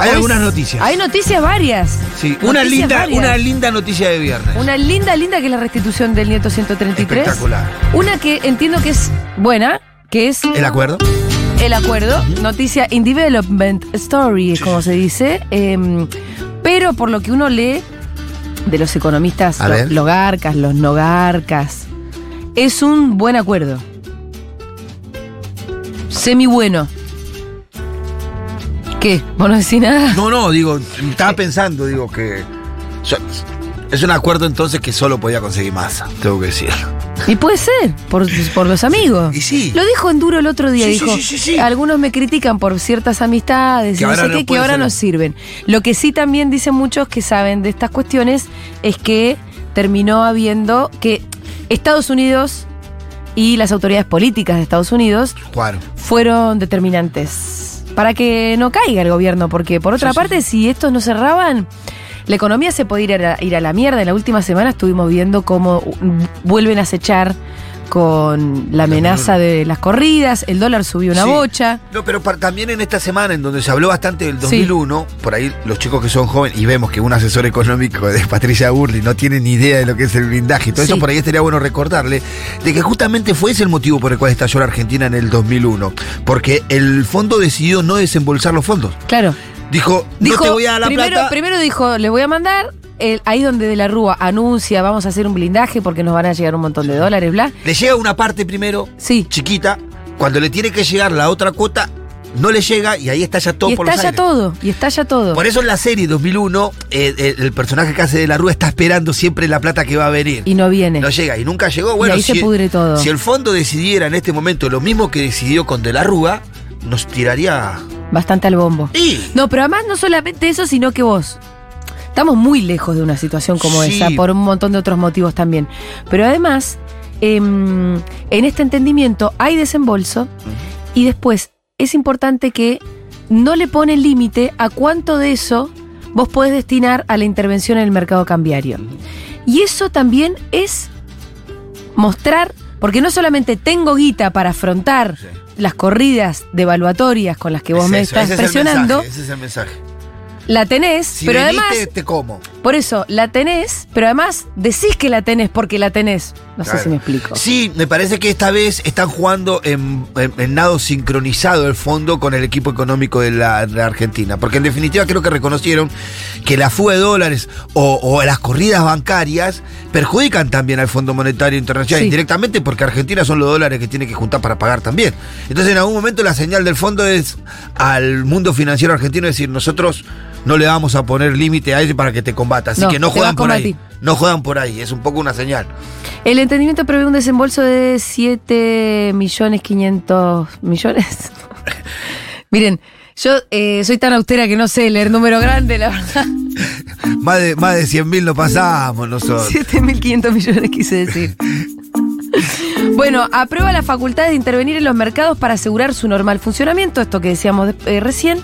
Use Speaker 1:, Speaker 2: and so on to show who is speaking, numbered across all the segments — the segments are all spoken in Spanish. Speaker 1: Hay
Speaker 2: Hoy
Speaker 1: algunas
Speaker 2: s-
Speaker 1: noticias.
Speaker 2: Hay noticias varias.
Speaker 1: Sí, una
Speaker 2: Noticias
Speaker 1: linda,
Speaker 2: varias.
Speaker 1: una linda noticia de viernes.
Speaker 2: Una linda, linda que es la restitución del nieto 133.
Speaker 1: Espectacular.
Speaker 2: Una que entiendo que es buena, que es
Speaker 1: ¿El acuerdo?
Speaker 2: el acuerdo. Noticia in development story, es como se dice. Em, pero por lo que uno lee de los economistas,
Speaker 1: A
Speaker 2: los
Speaker 1: ver.
Speaker 2: logarcas, los nogarcas, es un buen acuerdo. Semi bueno. ¿Qué? ¿Vos no decís nada?
Speaker 1: No, no, digo, estaba pensando, digo, que. yo- es un acuerdo entonces que solo podía conseguir masa, tengo que decirlo.
Speaker 2: Y puede ser, por, por los amigos.
Speaker 1: Y sí.
Speaker 2: Lo dijo en duro el otro día,
Speaker 1: Sí,
Speaker 2: dijo.
Speaker 1: sí, sí, sí, sí.
Speaker 2: Algunos me critican por ciertas amistades y
Speaker 1: Que
Speaker 2: no
Speaker 1: ahora
Speaker 2: sé
Speaker 1: no
Speaker 2: qué, que
Speaker 1: pueden
Speaker 2: ahora
Speaker 1: ser.
Speaker 2: no sirven. Lo que sí también dicen muchos que saben de estas cuestiones es que terminó habiendo que Estados Unidos y las autoridades políticas de Estados Unidos
Speaker 1: Claro.
Speaker 2: fueron determinantes para que no caiga el gobierno, porque por otra
Speaker 1: Sí, sí,
Speaker 2: parte, si estos no cerraban, la economía se puede ir a la, ir a la mierda. En la última semana estuvimos viendo cómo mm, vuelven a acechar con la amenaza de las corridas, el dólar subió una
Speaker 1: Sí.
Speaker 2: bocha.
Speaker 1: No, pero par- también en esta semana, en donde se habló bastante del
Speaker 2: Sí.
Speaker 1: 2001, por ahí los chicos que son jóvenes, y vemos que un asesor económico de Patricia Burley no tiene ni idea de lo que es el blindaje, y todo
Speaker 2: Sí.
Speaker 1: eso por ahí estaría bueno recordarle, de que justamente fue ese el motivo por el cual estalló la Argentina en el 2001, porque el fondo decidió no desembolsar los fondos.
Speaker 2: Claro.
Speaker 1: Dijo,
Speaker 2: Dijo,
Speaker 1: no te voy a dar la
Speaker 2: primero,
Speaker 1: plata.
Speaker 2: primero dijo, les voy a mandar, el- ahí donde De la Rúa anuncia, vamos a hacer un blindaje porque nos van a llegar un montón de dólares, bla.
Speaker 1: Le llega una parte primero,
Speaker 2: Sí.
Speaker 1: chiquita, cuando le tiene que llegar la otra cuota, no le llega y ahí estalla todo
Speaker 2: y
Speaker 1: por los
Speaker 2: estalla
Speaker 1: aires.
Speaker 2: todo, y estalla todo.
Speaker 1: Por eso en la serie 2001, eh, eh, el personaje que hace de la Rúa está esperando siempre la plata que va a venir.
Speaker 2: Y no viene.
Speaker 1: no llega y nunca llegó. Bueno,
Speaker 2: ahí se pudre todo.
Speaker 1: si el fondo decidiera en este momento lo mismo que decidió con De la Rúa, nos tiraría.
Speaker 2: Bastante al bombo.
Speaker 1: ¡Y!
Speaker 2: No, pero además no solamente eso, sino que vos. Estamos muy lejos de una situación como
Speaker 1: Sí.
Speaker 2: esa, por un montón de otros motivos también. Pero además, em, en este entendimiento hay desembolso y después es importante que no le pone límite a cuánto de eso vos podés destinar a la intervención en el mercado cambiario. Y eso también es mostrar, porque no solamente tengo guita para afrontar
Speaker 1: Sí.
Speaker 2: las corridas devaluatorias con las que vos
Speaker 1: Es
Speaker 2: me
Speaker 1: eso,
Speaker 2: estás
Speaker 1: ese es el
Speaker 2: presionando,
Speaker 1: mensaje, ese es el mensaje.
Speaker 2: la tenés,
Speaker 1: Si
Speaker 2: pero
Speaker 1: veniste,
Speaker 2: además,
Speaker 1: te como.
Speaker 2: por eso, la tenés, pero además decís que la tenés porque la tenés. No sé
Speaker 1: Claro.
Speaker 2: si me explico.
Speaker 1: Sí, me parece que esta vez están jugando en, en- en nado sincronizado el fondo con el equipo económico de la, de la Argentina. Porque en definitiva creo que reconocieron que la fuga de dólares o, o las corridas bancarias perjudican también al Fondo Monetario Internacional
Speaker 2: Sí.
Speaker 1: indirectamente porque Argentina son los dólares que tiene que juntar para pagar también. Entonces en algún momento la señal del fondo es al mundo financiero argentino decir nosotros no le vamos a poner límite a ese para que te combata. Así
Speaker 2: No,
Speaker 1: que no
Speaker 2: te va a
Speaker 1: juegan por ahí.
Speaker 2: combatir.
Speaker 1: No juegan por ahí. Es un poco una señal.
Speaker 2: El entendimiento prevé un desembolso de 7 millones 500 millones. Miren, yo eh, soy tan austera que no sé leer número grande, la verdad.
Speaker 1: Más de, más de 100 mil lo pasamos nosotros.
Speaker 2: 7.500 millones quise decir. Bueno, aprueba la facultad de intervenir en los mercados para asegurar su normal funcionamiento, esto que decíamos eh, recién.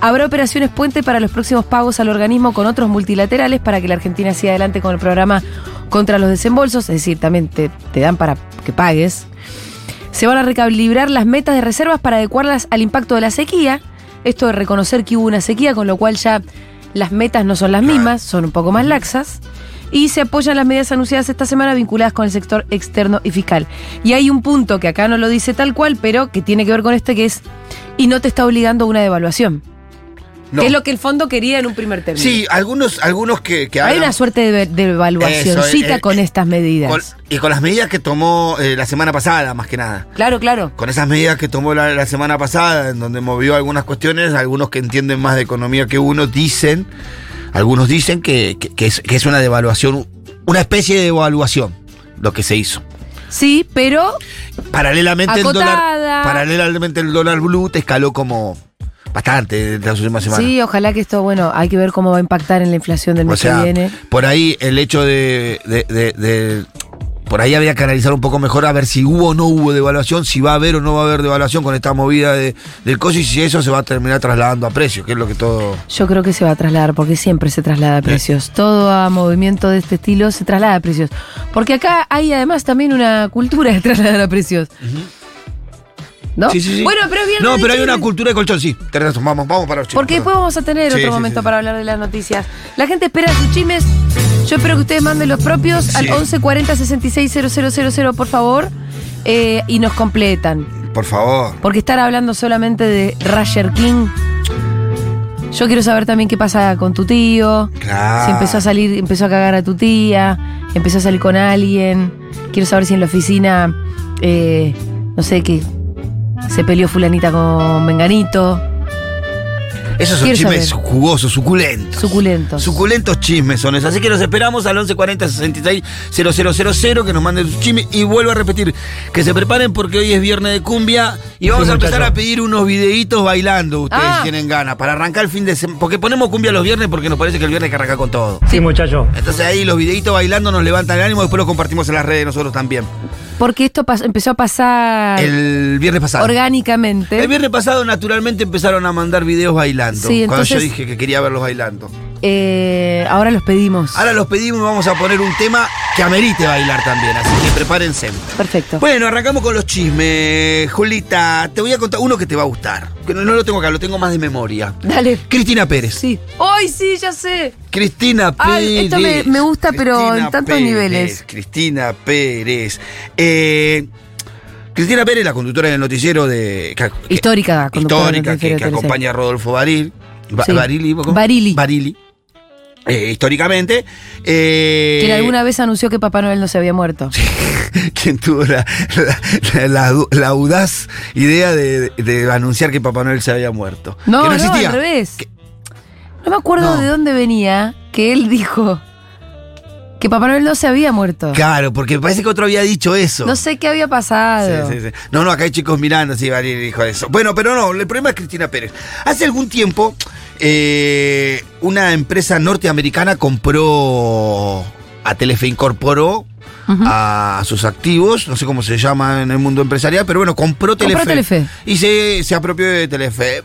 Speaker 2: Habrá operaciones puente para los próximos pagos al organismo con otros multilaterales para que la Argentina siga adelante con el programa contra los desembolsos, es decir, también te, te dan para que pagues. Se van a recalibrar las metas de reservas para adecuarlas al impacto de la sequía. Esto de reconocer que hubo una sequía, con lo cual ya las metas no son las mismas, son un poco más laxas. Y se apoyan las medidas anunciadas esta semana vinculadas con el sector externo y fiscal. Y hay un punto que acá no lo dice tal cual, pero que tiene que ver con este, que es, y no te está obligando a una devaluación.
Speaker 1: No.
Speaker 2: Que es lo que el fondo quería en un primer término.
Speaker 1: Sí, algunos, algunos que, que
Speaker 2: hay
Speaker 1: hablan
Speaker 2: una suerte de, de devaluacioncita
Speaker 1: Eso, eh, eh,
Speaker 2: con estas medidas.
Speaker 1: con- y con las medidas que tomó eh, la semana pasada, más que nada.
Speaker 2: claro, claro.
Speaker 1: Con esas medidas que tomó la, la semana pasada, en donde movió algunas cuestiones, algunos que entienden más de economía que uno dicen, algunos dicen que, que- que es, que es una devaluación, una especie de devaluación lo que se hizo.
Speaker 2: Sí, pero
Speaker 1: Paralelamente el
Speaker 2: Acotada.
Speaker 1: dólar, paralelamente el dólar blue te escaló como bastante en las últimas semanas.
Speaker 2: Sí, ojalá que esto, bueno, hay que ver cómo va a impactar en la inflación del
Speaker 1: O
Speaker 2: mes
Speaker 1: sea,
Speaker 2: que viene.
Speaker 1: por ahí el hecho de, de- de- de- Por ahí habría que analizar un poco mejor a ver si hubo o no hubo devaluación, si va a haber o no va a haber devaluación con esta movida de- del coso y si eso se va a terminar trasladando a precios, que es lo que todo.
Speaker 2: Yo creo que se va a trasladar, porque siempre se traslada a precios. Todo a movimiento de este estilo se traslada a precios. Porque acá hay además también una cultura de trasladar a precios. ¿no?
Speaker 1: Sí, sí, sí.
Speaker 2: Bueno, pero es bien
Speaker 1: No, pero hay
Speaker 2: ridículo.
Speaker 1: una cultura de colchón, sí. Tenés razón, vamos, vamos para los chismes.
Speaker 2: Porque después
Speaker 1: perdón.
Speaker 2: vamos a tener
Speaker 1: Sí,
Speaker 2: otro
Speaker 1: sí,
Speaker 2: momento
Speaker 1: sí, sí.
Speaker 2: para hablar de las noticias. La gente espera sus chismes. Yo espero que ustedes manden los propios al
Speaker 1: Sí.
Speaker 2: 1140 660000, por favor. eh, y nos completan.
Speaker 1: Por favor.
Speaker 2: Porque estar hablando solamente de Rasher King. Yo quiero saber también qué pasa con tu tío.
Speaker 1: Claro.
Speaker 2: Si empezó a salir, empezó a cagar a tu tía, empezó a salir con alguien. Quiero saber si en la oficina, eh, no sé, qué se peleó fulanita con Menganito.
Speaker 1: Esos son
Speaker 2: Quiero
Speaker 1: chismes
Speaker 2: saber.
Speaker 1: jugosos, suculentos.
Speaker 2: Suculentos.
Speaker 1: Suculentos chismes son esos. Así que los esperamos al 1140 66 0000 que nos manden sus chismes. Y vuelvo a repetir, que se preparen porque hoy es viernes de cumbia y vamos
Speaker 3: Sí,
Speaker 1: a empezar
Speaker 3: muchacho.
Speaker 1: a pedir unos videitos bailando. Ustedes
Speaker 2: Ah.
Speaker 1: tienen ganas para arrancar el fin de semana. Porque ponemos cumbia los viernes porque nos parece que el viernes hay que arrancar con todo.
Speaker 3: Sí, muchacho.
Speaker 1: Entonces ahí los videitos bailando nos levantan el ánimo, después los compartimos en las redes nosotros también.
Speaker 2: Porque esto pas- empezó a pasar
Speaker 1: El viernes pasado.
Speaker 2: orgánicamente.
Speaker 1: El viernes pasado naturalmente empezaron a mandar videos bailando.
Speaker 2: Sí,
Speaker 1: cuando yo
Speaker 2: entonces-
Speaker 1: dije que quería verlos bailando.
Speaker 2: Eh, ahora los pedimos.
Speaker 1: Ahora los pedimos y vamos a poner un tema que amerite bailar también, así que prepárense.
Speaker 2: Perfecto.
Speaker 1: Bueno, arrancamos con los chismes. Julita, te voy a contar uno que te va a gustar. Que no, no lo tengo acá, lo tengo más de memoria.
Speaker 2: Dale.
Speaker 1: Cristina Pérez.
Speaker 2: Sí. ¡Ay, sí, ya sé!
Speaker 1: Cristina Pérez.
Speaker 2: Ay, esto me- me gusta, pero en tantos
Speaker 1: Pérez,
Speaker 2: niveles.
Speaker 1: Cristina Pérez. Eh, Cristina Pérez, la conductora del noticiero de. que- que-
Speaker 2: Histórica conductora del
Speaker 1: histórica, que-
Speaker 2: noticiero
Speaker 1: que,
Speaker 2: de Telefe.
Speaker 1: acompaña a Rodolfo Baril. Ba-
Speaker 2: Sí.
Speaker 1: Barili, ¿cómo?
Speaker 2: Barili.
Speaker 1: Barili. Eh, históricamente. eh,
Speaker 2: Quien alguna vez anunció que Papá Noel no se había muerto.
Speaker 1: quien tuvo la, la- la- la- la audaz idea de, de anunciar que Papá Noel se había muerto.
Speaker 2: No,
Speaker 1: que
Speaker 2: no,
Speaker 1: existía.
Speaker 2: al revés.
Speaker 1: Que-
Speaker 2: No me acuerdo
Speaker 1: No.
Speaker 2: de dónde venía que él dijo que Papá Noel no se había muerto.
Speaker 1: Claro, porque parece que otro había dicho eso.
Speaker 2: No sé qué había pasado.
Speaker 1: Sí, sí, sí. No, no, acá hay chicos mirando, sí, Valeria dijo eso. Bueno, pero no, el problema es Cristina Pérez. Hace algún tiempo, eh, una empresa norteamericana compró a Telefe, incorporó
Speaker 2: Ujú.
Speaker 1: a sus activos, no sé cómo se llama en el mundo empresarial, pero bueno, compró Telefe.
Speaker 2: Telefe.
Speaker 1: Y se, se apropió de Telefe.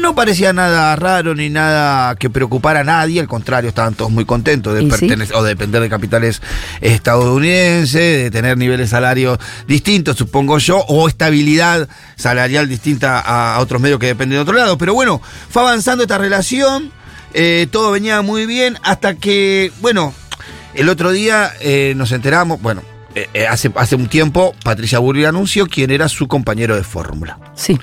Speaker 1: No parecía nada raro ni nada que preocupara a nadie, al contrario, estaban todos muy contentos de
Speaker 2: Y sí.
Speaker 1: pertenecer o de depender de capitales estadounidenses, de tener niveles de salario distintos, supongo yo, o estabilidad salarial distinta a, a otros medios que dependen de otro lado. Pero bueno, fue avanzando esta relación, eh, todo venía muy bien, hasta que, bueno, el otro día eh, nos enteramos, bueno, eh, eh, hace, hace un tiempo Patricia Burri anunció quién era su compañero de fórmula,
Speaker 2: Sí,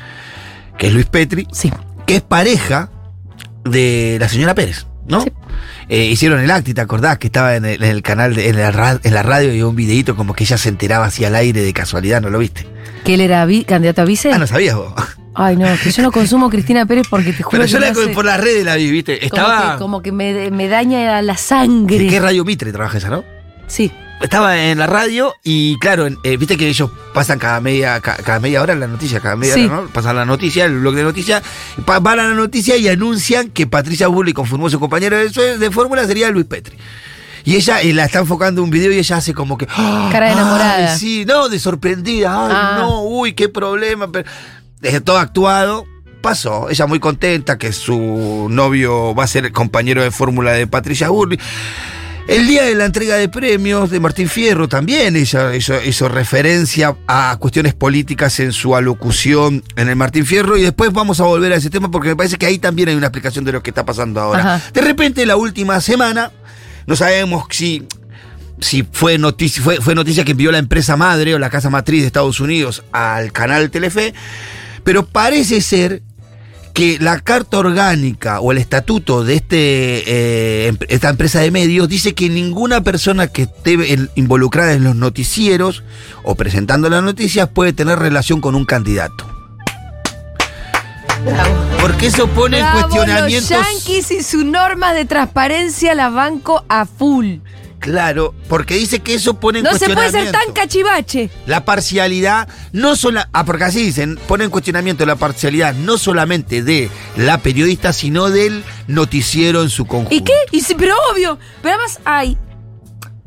Speaker 1: que es Luis Petri,
Speaker 2: sí.
Speaker 1: que es pareja de la señora Pérez, ¿no?
Speaker 2: Sí.
Speaker 1: Eh, hicieron el acti, ¿te acordás? Que estaba en el, en el canal, de- en, la ra- en la radio y un videito como que ella se enteraba así al aire de casualidad, ¿no lo viste?
Speaker 2: Que él era vi- candidato a vice.
Speaker 1: Ah, no sabías vos.
Speaker 2: Ay, no, que yo no consumo Cristina Pérez porque te juro
Speaker 1: Pero
Speaker 2: que
Speaker 1: yo
Speaker 2: me
Speaker 1: la,
Speaker 2: hace-
Speaker 1: por las redes la vi, ¿viste?
Speaker 2: como
Speaker 1: Estaba...
Speaker 2: que, como que me, me daña la
Speaker 1: ¿En
Speaker 2: sangre.
Speaker 1: qué radio Mitre trabaja esa, no?
Speaker 2: Sí.
Speaker 1: Estaba en la radio y claro, en- eh, viste que ellos pasan cada media, ca- cada, media hora la noticia, cada media
Speaker 2: Sí.
Speaker 1: hora, ¿no? Pasan la noticia, el blog de noticias, pa- van a la noticia y anuncian que Patricia Burley conformó a su compañero de, su- de fórmula sería Luis Petri. Y ella eh, la está enfocando un video y ella hace como que. ¡ah!
Speaker 2: Cara de enamorada.
Speaker 1: Ay, sí, no, de sorprendida. Ay,
Speaker 2: Ah.
Speaker 1: no, uy, qué problema. Pero, desde todo actuado. Pasó, ella muy contenta que su novio va a ser el compañero de fórmula de Patricia Burley. El día de la entrega de premios de Martín Fierro también ella hizo, hizo referencia a cuestiones políticas en su alocución en el Martín Fierro y después vamos a volver a ese tema porque me parece que ahí también hay una explicación de lo que está pasando ahora.
Speaker 2: Ajá.
Speaker 1: De repente la última semana, no sabemos si, si fue, noticia, fue, fue noticia que envió la empresa madre o la casa matriz de Estados Unidos al canal Telefe, pero parece ser que la carta orgánica o el estatuto de este, eh, em- esta empresa de medios dice que ninguna persona que esté en- involucrada en los noticieros o presentando las noticias puede tener relación con un candidato. Porque eso pone en
Speaker 2: Bravo,
Speaker 1: cuestionamientos.
Speaker 2: Los yanquis y sus normas de transparencia la banco a full.
Speaker 1: Claro, porque dice que eso pone en
Speaker 2: No se puede
Speaker 1: cuestionamiento.
Speaker 2: ser tan cachivache.
Speaker 1: La parcialidad, no solo. Ah, porque así dicen, pone en cuestionamiento la parcialidad no solamente de la periodista, sino del noticiero en su conjunto.
Speaker 2: ¿Y qué? Y sí, pero obvio. Pero además, ay.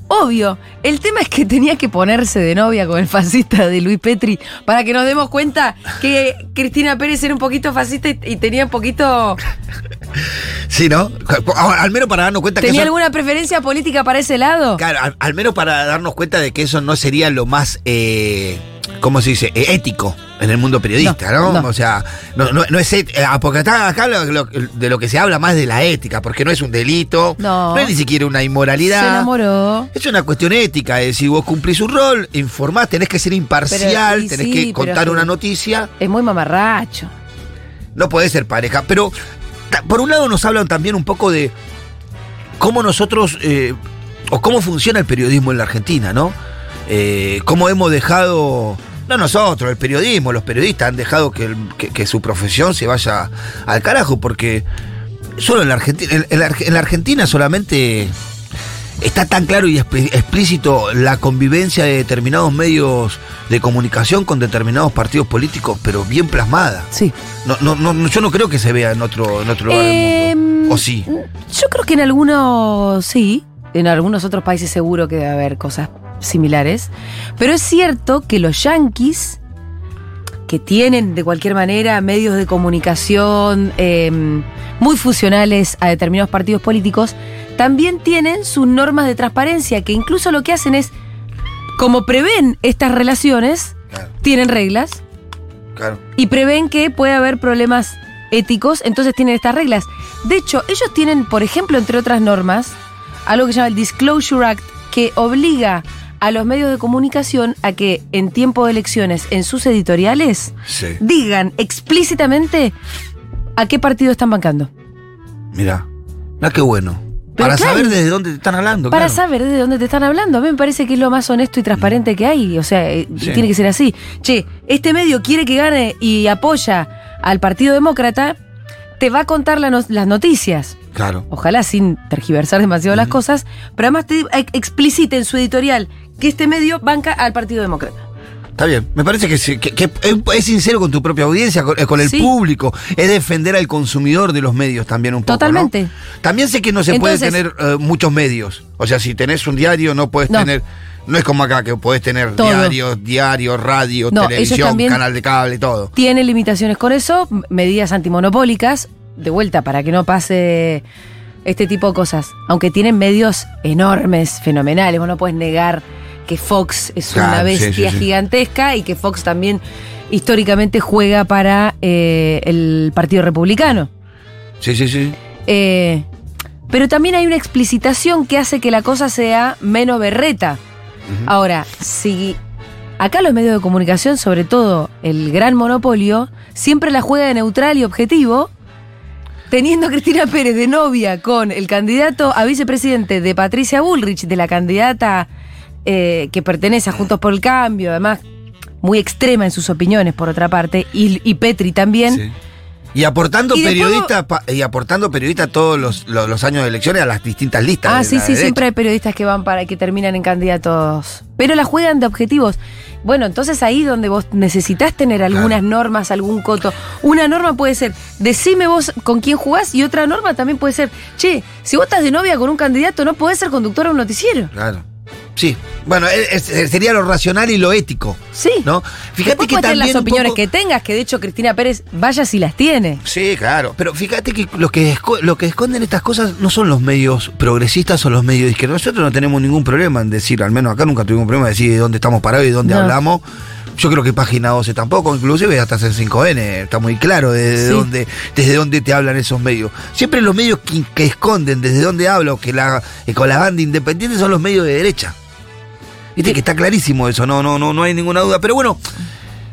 Speaker 2: Obvio. El tema es que tenía que ponerse de novia con el fascista de Luis Petri para que nos demos cuenta que Cristina Pérez era un poquito fascista y, y tenía un poquito.
Speaker 1: Sí, ¿no? Ahora, Al menos para darnos cuenta que
Speaker 2: ¿Tenía
Speaker 1: eso-
Speaker 2: alguna preferencia política para ese lado?
Speaker 1: Claro, al, al menos para darnos cuenta de que eso no sería lo más, eh, ¿cómo se dice? Eh, ético. en el mundo periodista, ¿no?
Speaker 2: No, no.
Speaker 1: O sea, no, no- no es et- eh, porque acá, acá lo- lo- de lo que se habla más de la ética, porque no es un delito,
Speaker 2: No.
Speaker 1: es ni siquiera una inmoralidad.
Speaker 2: Se enamoró.
Speaker 1: Es una cuestión ética, es decir, vos cumplís un rol, informás, tenés que ser imparcial,
Speaker 2: Pero, y
Speaker 1: tenés
Speaker 2: sí,
Speaker 1: que contar
Speaker 2: pero-
Speaker 1: una noticia,
Speaker 2: Es muy mamarracho.
Speaker 1: no podés ser pareja. Pero ta- por un lado nos hablan también un poco de cómo nosotros, eh, o cómo funciona el periodismo en la Argentina, ¿no? Eh, cómo hemos dejado, no nosotros, el periodismo, los periodistas han dejado que, el- que- que su profesión se vaya al carajo, porque solo en la Argentina, en, en la, Arge- en la Argentina solamente está tan claro y explí- explícito la convivencia de determinados medios de comunicación con determinados partidos políticos, pero bien plasmada.
Speaker 2: Sí.
Speaker 1: No, no, no, no, yo no creo que se vea en otro, en otro lugar del mundo.
Speaker 2: Em,
Speaker 1: ¿O sí?
Speaker 2: Yo creo que en algunos sí, en algunos otros países seguro que debe haber cosas similares, pero es cierto que los yanquis, que tienen de cualquier manera medios de comunicación em, muy funcionales a determinados partidos políticos, también tienen sus normas de transparencia, que incluso lo que hacen es, como prevén estas relaciones,
Speaker 1: Claro,
Speaker 2: tienen reglas
Speaker 1: claro.
Speaker 2: y prevén que puede haber problemas éticos, entonces tienen estas reglas. De hecho, ellos tienen, por ejemplo, entre otras normas, algo que se llama el Disclosure Act, que obliga a los medios de comunicación a que en tiempo de elecciones, en sus editoriales,
Speaker 1: Sí.
Speaker 2: digan explícitamente a qué partido están bancando.
Speaker 1: Mirá. Mirá qué bueno.
Speaker 2: Pero
Speaker 1: Para
Speaker 2: claro.
Speaker 1: saber desde dónde te están hablando.
Speaker 2: Para
Speaker 1: claro.
Speaker 2: saber de dónde te están hablando, a mí me parece que es lo más honesto y transparente que hay. O sea, eh,
Speaker 1: Sí.
Speaker 2: tiene que ser así. Che, este medio quiere que gane y apoya al Partido Demócrata, te va a contar la no- las noticias.
Speaker 1: Claro.
Speaker 2: Ojalá sin tergiversar demasiado las cosas, pero además te ex- explicita en su editorial que este medio banca al Partido Demócrata.
Speaker 1: Está bien. Me parece que, sí, que- que es, es sincero con tu propia audiencia, con, eh, con el
Speaker 2: Sí.
Speaker 1: público. Es defender al consumidor de los medios también un poco. ¿no?
Speaker 2: Totalmente.
Speaker 1: También sé que no se
Speaker 2: Entonces-
Speaker 1: puede tener eh, muchos medios. O sea, si tenés un diario, no puedes
Speaker 2: No.
Speaker 1: tener. No es como acá que podés tener
Speaker 2: Todo.
Speaker 1: diarios, diario, radio,
Speaker 2: No, ellos
Speaker 1: televisión,
Speaker 2: también-
Speaker 1: canal de cable, todo.
Speaker 2: Tiene limitaciones con eso, m- medidas antimonopólicas, de vuelta para que no pase este tipo de cosas. Aunque tienen medios enormes, fenomenales, vos no puedes negar que Fox es una
Speaker 1: Claro, sí, sí,
Speaker 2: bestia
Speaker 1: sí.
Speaker 2: gigantesca y que Fox también históricamente juega para eh, el Partido Republicano.
Speaker 1: Sí, sí, sí.
Speaker 2: Eh, pero también hay una explicitación que hace que la cosa sea menos berreta. Ahora, si acá los medios de comunicación, sobre todo el gran monopolio, siempre la juega de neutral y objetivo, teniendo a Cristina Pérez de novia con el candidato a vicepresidente de Patricia Bullrich, de la candidata eh, que pertenece a Juntos por el Cambio, además muy extrema en sus opiniones, por otra parte, y, y Petri también.
Speaker 1: Sí. Y aportando
Speaker 2: Y después
Speaker 1: periodistas pa- y aportando periodistas todos los, los- los años de elecciones a las distintas listas.
Speaker 2: Ah,
Speaker 1: de
Speaker 2: sí,
Speaker 1: la
Speaker 2: sí,
Speaker 1: derecha.
Speaker 2: siempre hay periodistas que van para que terminan en candidatos. Pero la juegan de objetivos. Bueno, entonces ahí donde vos necesitas tener algunas normas, algún coto. Una norma puede ser, decime vos con quién jugás, y otra norma también puede ser, che, si vos estás de novia con un candidato, no podés ser conductor a un noticiero.
Speaker 1: Claro. Sí. Bueno, es- es- sería lo racional y lo ético,
Speaker 2: Sí.
Speaker 1: ¿no? Fíjate
Speaker 2: Después
Speaker 1: que
Speaker 2: podés tener
Speaker 1: también
Speaker 2: las
Speaker 1: un
Speaker 2: opiniones
Speaker 1: poco-
Speaker 2: que tengas, que de hecho Cristina Pérez vaya si las tiene.
Speaker 1: Sí, claro. Pero fíjate que los que, esco- lo que esconden estas cosas no son los medios progresistas o los medios de izquierda. Nosotros no tenemos ningún problema en decir, al menos acá nunca tuvimos problema en decir de dónde estamos parados y de dónde
Speaker 2: No.
Speaker 1: hablamos. Yo creo que página 12 tampoco, inclusive hasta en 5N, está muy claro desde,
Speaker 2: Sí.
Speaker 1: dónde, desde dónde te hablan esos medios. Siempre los medios que, que esconden desde dónde hablo, que la, eh, con la banda independiente son los medios de derecha. Viste que está clarísimo eso, no, no, no, no hay ninguna duda. Pero bueno,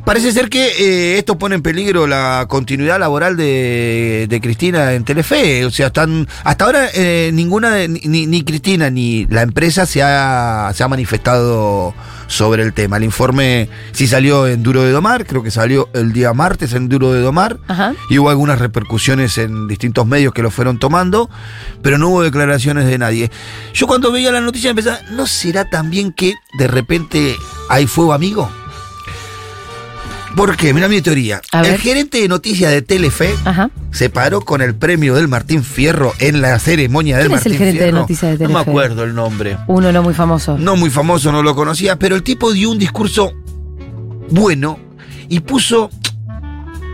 Speaker 1: Parece ser que eh, esto pone en peligro la continuidad laboral de, de Cristina en Telefe. O sea, están, hasta ahora eh, ninguna, de- ni- ni, ni Cristina ni la empresa se ha, se ha manifestado sobre el tema. El informe sí salió en Duro de Domar, creo que salió el día martes en Duro de Domar.
Speaker 2: Ajá.
Speaker 1: Y hubo algunas repercusiones en distintos medios que lo fueron tomando, pero no hubo declaraciones de nadie. Yo cuando veía la noticia empezaba, ¿no será también que de repente hay fuego amigo? ¿Por qué? Mira mi teoría.
Speaker 2: A
Speaker 1: El
Speaker 2: ver.
Speaker 1: gerente de noticias de Telefe
Speaker 2: Ajá.
Speaker 1: se paró con el premio del Martín Fierro en la ceremonia del
Speaker 2: ¿Quién es el
Speaker 1: Martín
Speaker 2: gerente de
Speaker 1: Fierro.
Speaker 2: noticias de
Speaker 1: No me
Speaker 2: Telefe?
Speaker 1: acuerdo el nombre.
Speaker 2: Uno no muy famoso.
Speaker 1: No muy famoso, no lo conocía, pero el tipo dio un discurso bueno y puso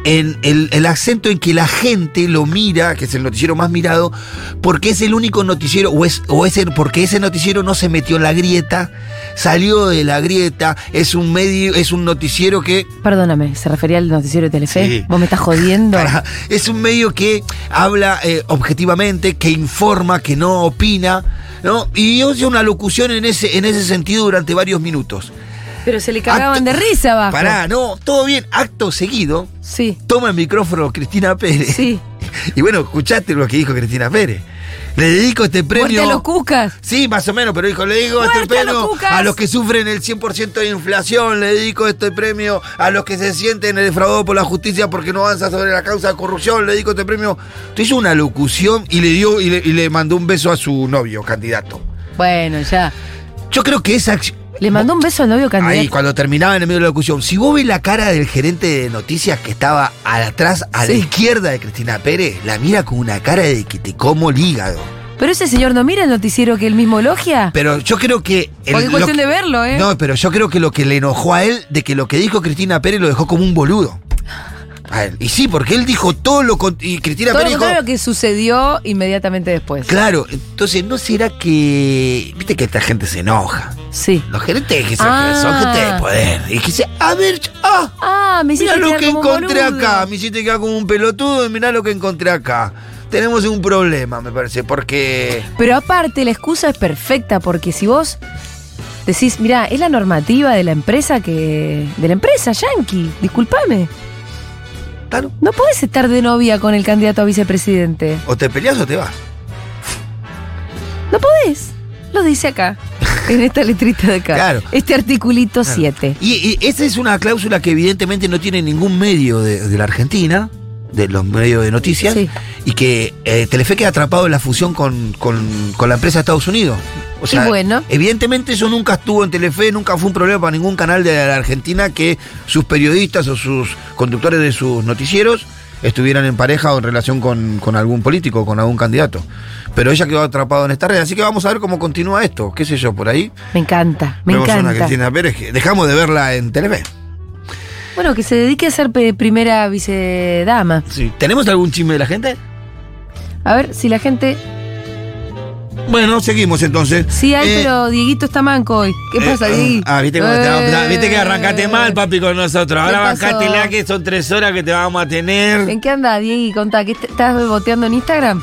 Speaker 1: en el, el acento en que la gente lo mira, que es el noticiero más mirado, porque es el único noticiero, o es, o es el- porque ese noticiero no se metió en la grieta, salió de la grieta, es un medio, es un noticiero que
Speaker 2: Perdóname, ¿se refería al noticiero de Telefe?
Speaker 1: Sí.
Speaker 2: ¿Vos me estás jodiendo?
Speaker 1: Pará, es un medio que habla eh, objetivamente, que informa, que no opina, ¿no? Y usa una locución en ese, en ese sentido durante varios minutos.
Speaker 2: Pero se le cagaban de
Speaker 1: Acto-
Speaker 2: risa abajo.
Speaker 1: Pará, no, todo bien, acto seguido,
Speaker 2: Sí,
Speaker 1: toma el micrófono Cristina Pérez.
Speaker 2: sí.
Speaker 1: Y bueno, escuchaste lo que dijo Cristina Pérez. Le dedico este
Speaker 2: Muerte
Speaker 1: premio.
Speaker 2: a los cucas.
Speaker 1: Sí, más o menos, pero dijo, le digo este
Speaker 2: ¡Muerte a los
Speaker 1: premio
Speaker 2: cucas!
Speaker 1: a los que sufren el 100% de inflación, le dedico este premio a los que se sienten defraudados por la justicia porque no avanza sobre la causa de corrupción, le dedico este premio. Te hizo una locución y le dio y le, y le mandó un beso a su novio, candidato.
Speaker 2: Bueno, ya.
Speaker 1: Yo creo que esa acción-
Speaker 2: Le mandó un beso al novio
Speaker 1: Ahí,
Speaker 2: candidato.
Speaker 1: cuando terminaba en el medio de la locución, si vos ves la cara del gerente de noticias que estaba al- atrás, a la
Speaker 2: Sí.
Speaker 1: izquierda de Cristina Pérez, la mira con una cara de que te como el hígado.
Speaker 2: Pero ese señor no mira el noticiero que él mismo elogia.
Speaker 1: Pero yo creo que... el-
Speaker 2: Porque es
Speaker 1: lo
Speaker 2: cuestión
Speaker 1: que-
Speaker 2: de verlo, ¿eh?
Speaker 1: No, pero yo creo que lo que le enojó a él de que lo que dijo Cristina Pérez lo dejó como un boludo. A él. Y sí, porque él dijo todo lo con- y Cristina
Speaker 2: Todo lo
Speaker 1: Pérez dijo.
Speaker 2: contrario a lo que sucedió inmediatamente después.
Speaker 1: Claro, entonces no será que viste que esta gente se enoja.
Speaker 2: Sí.
Speaker 1: Los gerentes que se
Speaker 2: Ah.
Speaker 1: son gente de poder. Y que dice, a ver, ch- ah,
Speaker 2: Ah, me hiciste
Speaker 1: mira lo
Speaker 2: quedar
Speaker 1: que
Speaker 2: como un
Speaker 1: encontré
Speaker 2: boludo.
Speaker 1: acá. Me hiciste quedar como un pelotudo y mirá lo que encontré acá. Tenemos un problema, me parece, porque.
Speaker 2: Pero aparte, la excusa es perfecta porque si vos decís, mira, es la normativa de la empresa que. de la empresa, Yankee, discúlpame.
Speaker 1: Claro,
Speaker 2: No podés estar de novia con el candidato a vicepresidente.
Speaker 1: o te peleas o te vas.
Speaker 2: No podés. Lo dice acá, en esta letrita de acá.
Speaker 1: Claro.
Speaker 2: Este articulito 7.
Speaker 1: Y, y esa es una cláusula que evidentemente no tiene ningún medio de, de la Argentina, de los medios de noticias,
Speaker 2: Sí.
Speaker 1: y que eh, Telefe queda atrapado en la fusión con, con- con la empresa de Estados Unidos. O sea,
Speaker 2: Y bueno.
Speaker 1: evidentemente eso nunca estuvo en Telefe, nunca fue un problema para ningún canal de la Argentina que sus periodistas o sus conductores de sus noticieros estuvieran en pareja o en relación con, con algún político, con algún candidato. Pero ella quedó atrapada en esta red, así que vamos a ver cómo continúa esto, qué sé yo, por ahí.
Speaker 2: Me encanta, me
Speaker 1: Vemos a una
Speaker 2: encanta.
Speaker 1: Cristina Pérez que dejamos de verla en Telefe.
Speaker 2: Bueno, que se dedique a ser pe- primera vicedama.
Speaker 1: Sí. ¿Tenemos algún chisme de la gente?
Speaker 2: A ver si la gente.
Speaker 1: Bueno, seguimos entonces.
Speaker 2: Sí, hay,
Speaker 1: Eh,
Speaker 2: pero Dieguito está manco hoy. ¿Qué
Speaker 1: eh,
Speaker 2: pasa, Diego?
Speaker 1: Ah, ¿viste, cómo te vamos- ah, viste que arrancaste mal, papi, con nosotros. Ahora
Speaker 2: ¿Qué pasó?
Speaker 1: bajaste la que son tres horas que te vamos a tener.
Speaker 2: ¿En qué anda, Diego? Contá, ¿qué est- estás boteando en Instagram?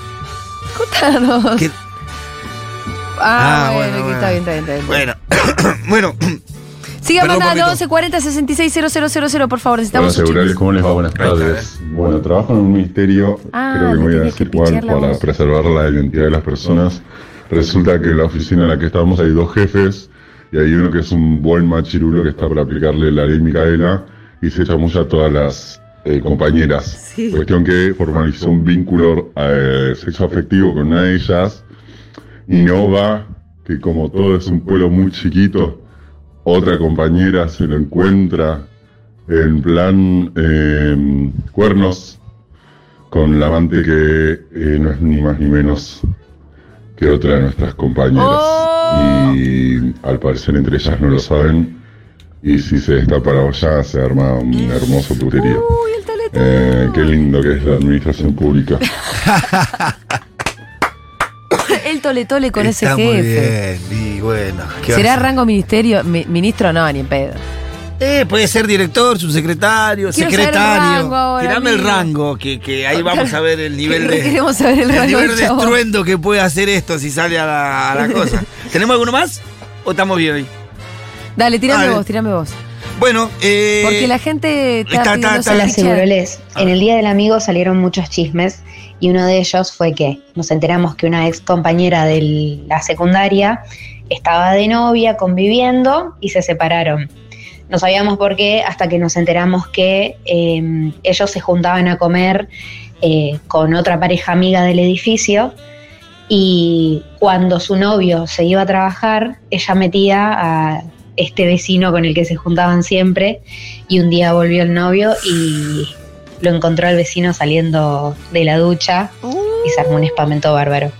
Speaker 2: Contanos.
Speaker 1: ¿Qué?
Speaker 2: Ah,
Speaker 1: Ah,
Speaker 2: bueno,
Speaker 1: bueno,
Speaker 2: que
Speaker 1: bueno.
Speaker 2: está bien, está bien, está bien.
Speaker 1: Bueno, bueno,
Speaker 2: Siga
Speaker 1: Perdón,
Speaker 2: mandando
Speaker 1: papito.
Speaker 2: 1140 660000, por favor, necesitamos
Speaker 3: Buenas
Speaker 2: sus
Speaker 3: segurarios,
Speaker 2: chismes.
Speaker 3: ¿cómo les va? Buenas tardes. Bueno, trabajo en un ministerio,
Speaker 2: Ah,
Speaker 3: creo que
Speaker 2: le
Speaker 3: me voy a
Speaker 2: tenés que
Speaker 3: decir cuál,
Speaker 2: pichar la
Speaker 3: este para
Speaker 2: voz.
Speaker 3: preservar la identidad de las personas. Resulta que en la oficina en la que estamos hay dos jefes, y hay uno que es un buen machirulo que está para aplicarle la ley Micaela, y se chamulla a todas las eh, compañeras.
Speaker 2: Sí.
Speaker 3: Cuestión que formalizó un vínculo eh, sexo afectivo con una de ellas, y no va, que como todo es un pueblo muy chiquito, otra compañera se lo encuentra en plan eh, cuernos con la amante que eh, no es ni más ni menos que otra de nuestras compañeras.
Speaker 2: ¡Oh!
Speaker 3: Y al parecer entre ellas no lo saben. Y si se está para olla se arma un hermoso puterío.
Speaker 2: Uy, el teléfono.
Speaker 3: Eh, qué lindo que es la administración pública.
Speaker 2: El tole tole con
Speaker 1: está
Speaker 2: ese
Speaker 1: muy
Speaker 2: jefe.
Speaker 1: bien. Y bueno, ¿qué
Speaker 2: ¿Será
Speaker 1: vas a hacer?
Speaker 2: rango ministerio? Mi- ministro no, ni en pedo.
Speaker 1: Eh, puede ser director, subsecretario,
Speaker 2: Quiero saber el
Speaker 1: secretario.
Speaker 2: rango ahora,
Speaker 1: Tirame el
Speaker 2: amigo.
Speaker 1: rango, que, que ahí vamos a ver el nivel de.
Speaker 2: Queremos saber el rango
Speaker 1: nivel
Speaker 2: del
Speaker 1: de
Speaker 2: chabón.
Speaker 1: estruendo que puede hacer esto si sale a la, a la cosa. ¿Tenemos alguno más? ¿O estamos bien hoy?
Speaker 2: Dale, tirame
Speaker 1: Dale.
Speaker 2: vos, tirame vos.
Speaker 1: Bueno, eh.
Speaker 2: Porque la gente está,
Speaker 1: está-
Speaker 2: pidiendo
Speaker 1: está-
Speaker 2: esa
Speaker 1: está-
Speaker 4: Hola,
Speaker 2: ficha.
Speaker 4: Seguroles.
Speaker 1: A
Speaker 4: En
Speaker 1: ver.
Speaker 4: el Día del Amigo salieron muchos chismes y uno de ellos fue que nos enteramos que una ex compañera de la secundaria estaba de novia conviviendo y se separaron. No sabíamos por qué hasta que nos enteramos que eh, ellos se juntaban a comer eh, con otra pareja amiga del edificio y cuando su novio se iba a trabajar, ella metía a este vecino con el que se juntaban siempre y un día volvió el novio y lo encontró al vecino saliendo de la ducha y se armó un espamento bárbaro.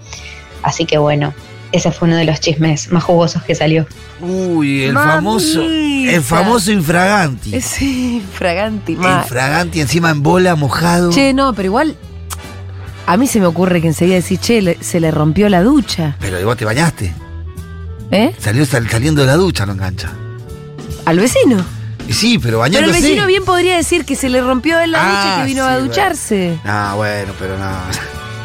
Speaker 4: Así que bueno, Ese fue uno de los chismes más jugosos que salió.
Speaker 1: Uy, el
Speaker 2: Mamita.
Speaker 1: famoso. El famoso infraganti.
Speaker 2: Es infraganti, mal.
Speaker 1: infraganti encima en bola, mojado.
Speaker 2: Che, no, pero igual. A mí se me ocurre que enseguida decís, che, le- se le rompió la ducha.
Speaker 1: Pero vos te bañaste.
Speaker 2: ¿Eh?
Speaker 1: Salió sal- saliendo de la ducha, no engancha.
Speaker 2: Al vecino.
Speaker 1: Y sí, pero
Speaker 2: Pero
Speaker 1: bañándose.
Speaker 2: el vecino bien podría decir que se le rompió en la ducha y
Speaker 1: Ah,
Speaker 2: que vino
Speaker 1: sí,
Speaker 2: a
Speaker 1: bueno.
Speaker 2: ducharse.
Speaker 1: Ah, bueno, pero no.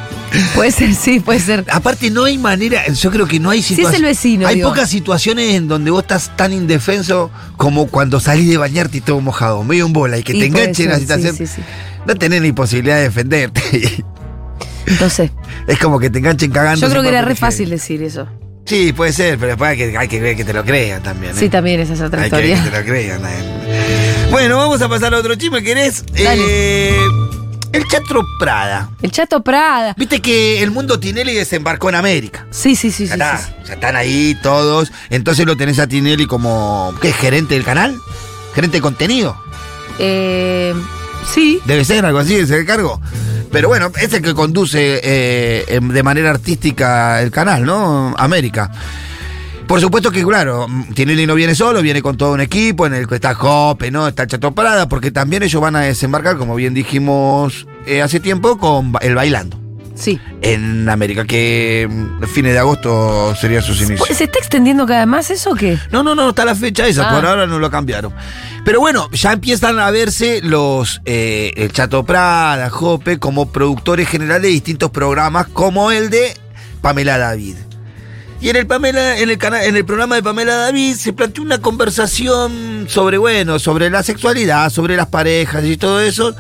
Speaker 2: Puede ser, sí, puede ser.
Speaker 1: Aparte, no hay manera. Yo creo que no hay
Speaker 2: Si es el
Speaker 1: situaciones.
Speaker 2: vecino.
Speaker 1: hay
Speaker 2: digo.
Speaker 1: pocas situaciones en donde vos estás tan indefenso como cuando salís de bañarte y todo mojado, medio en bola, y que
Speaker 2: Y
Speaker 1: te
Speaker 2: puede
Speaker 1: enganche en la
Speaker 2: ser, sí,
Speaker 1: situación.
Speaker 2: sí, sí.
Speaker 1: No tenés ni posibilidad de defenderte.
Speaker 2: No sé.
Speaker 1: es como que te enganchen cagando.
Speaker 2: Yo creo
Speaker 1: sin
Speaker 2: que era re
Speaker 1: papel
Speaker 2: fácil
Speaker 1: higiénico.
Speaker 2: decir eso.
Speaker 1: Sí, puede ser, pero después hay que, hay que ver que te lo crean también. ¿eh?
Speaker 2: Sí, también esa es otra
Speaker 1: Hay que ver que
Speaker 2: historia.
Speaker 1: te lo crean. ¿eh? Bueno, vamos a pasar a otro chisme. ¿Querés?
Speaker 2: Dale.
Speaker 1: Eh, el Chatro Prada.
Speaker 2: El Chato Prada.
Speaker 1: Viste que el mundo Tinelli desembarcó en América.
Speaker 2: Sí, sí, sí,
Speaker 1: Ya
Speaker 2: sí.
Speaker 1: está,
Speaker 2: sí, sí.
Speaker 1: ya están ahí todos. Entonces lo tenés a Tinelli como. ¿Qué? ¿Gerente del canal? ¿Gerente de contenido?
Speaker 2: Eh, sí.
Speaker 1: Debe ser algo así, ese cargo. Pero bueno, es el que conduce eh, em, de manera artística el canal, ¿no? América. Por supuesto que, claro, mm, Tinelli no viene solo, viene con todo un equipo, en el que está Jope, ¿no? Está Chato Prada, porque también ellos van a desembarcar, como bien dijimos eh, hace tiempo, con Ba- el Bailando
Speaker 2: Sí.
Speaker 1: en América, que mm, fines de agosto sería sus inicios.
Speaker 2: Pues, ¿Se está extendiendo cada vez más eso o qué?
Speaker 1: No, no, no, está la fecha esa,
Speaker 2: Ah.
Speaker 1: por ahora no lo cambiaron. Pero bueno, ya empiezan a verse los eh, el Chato Prada, Jope, como productores generales de distintos programas, como el de Pamela David. Y en el, Pamela, en, el cana- en el programa de Pamela David se planteó una conversación sobre, bueno, sobre la sexualidad, sobre las parejas y todo eso.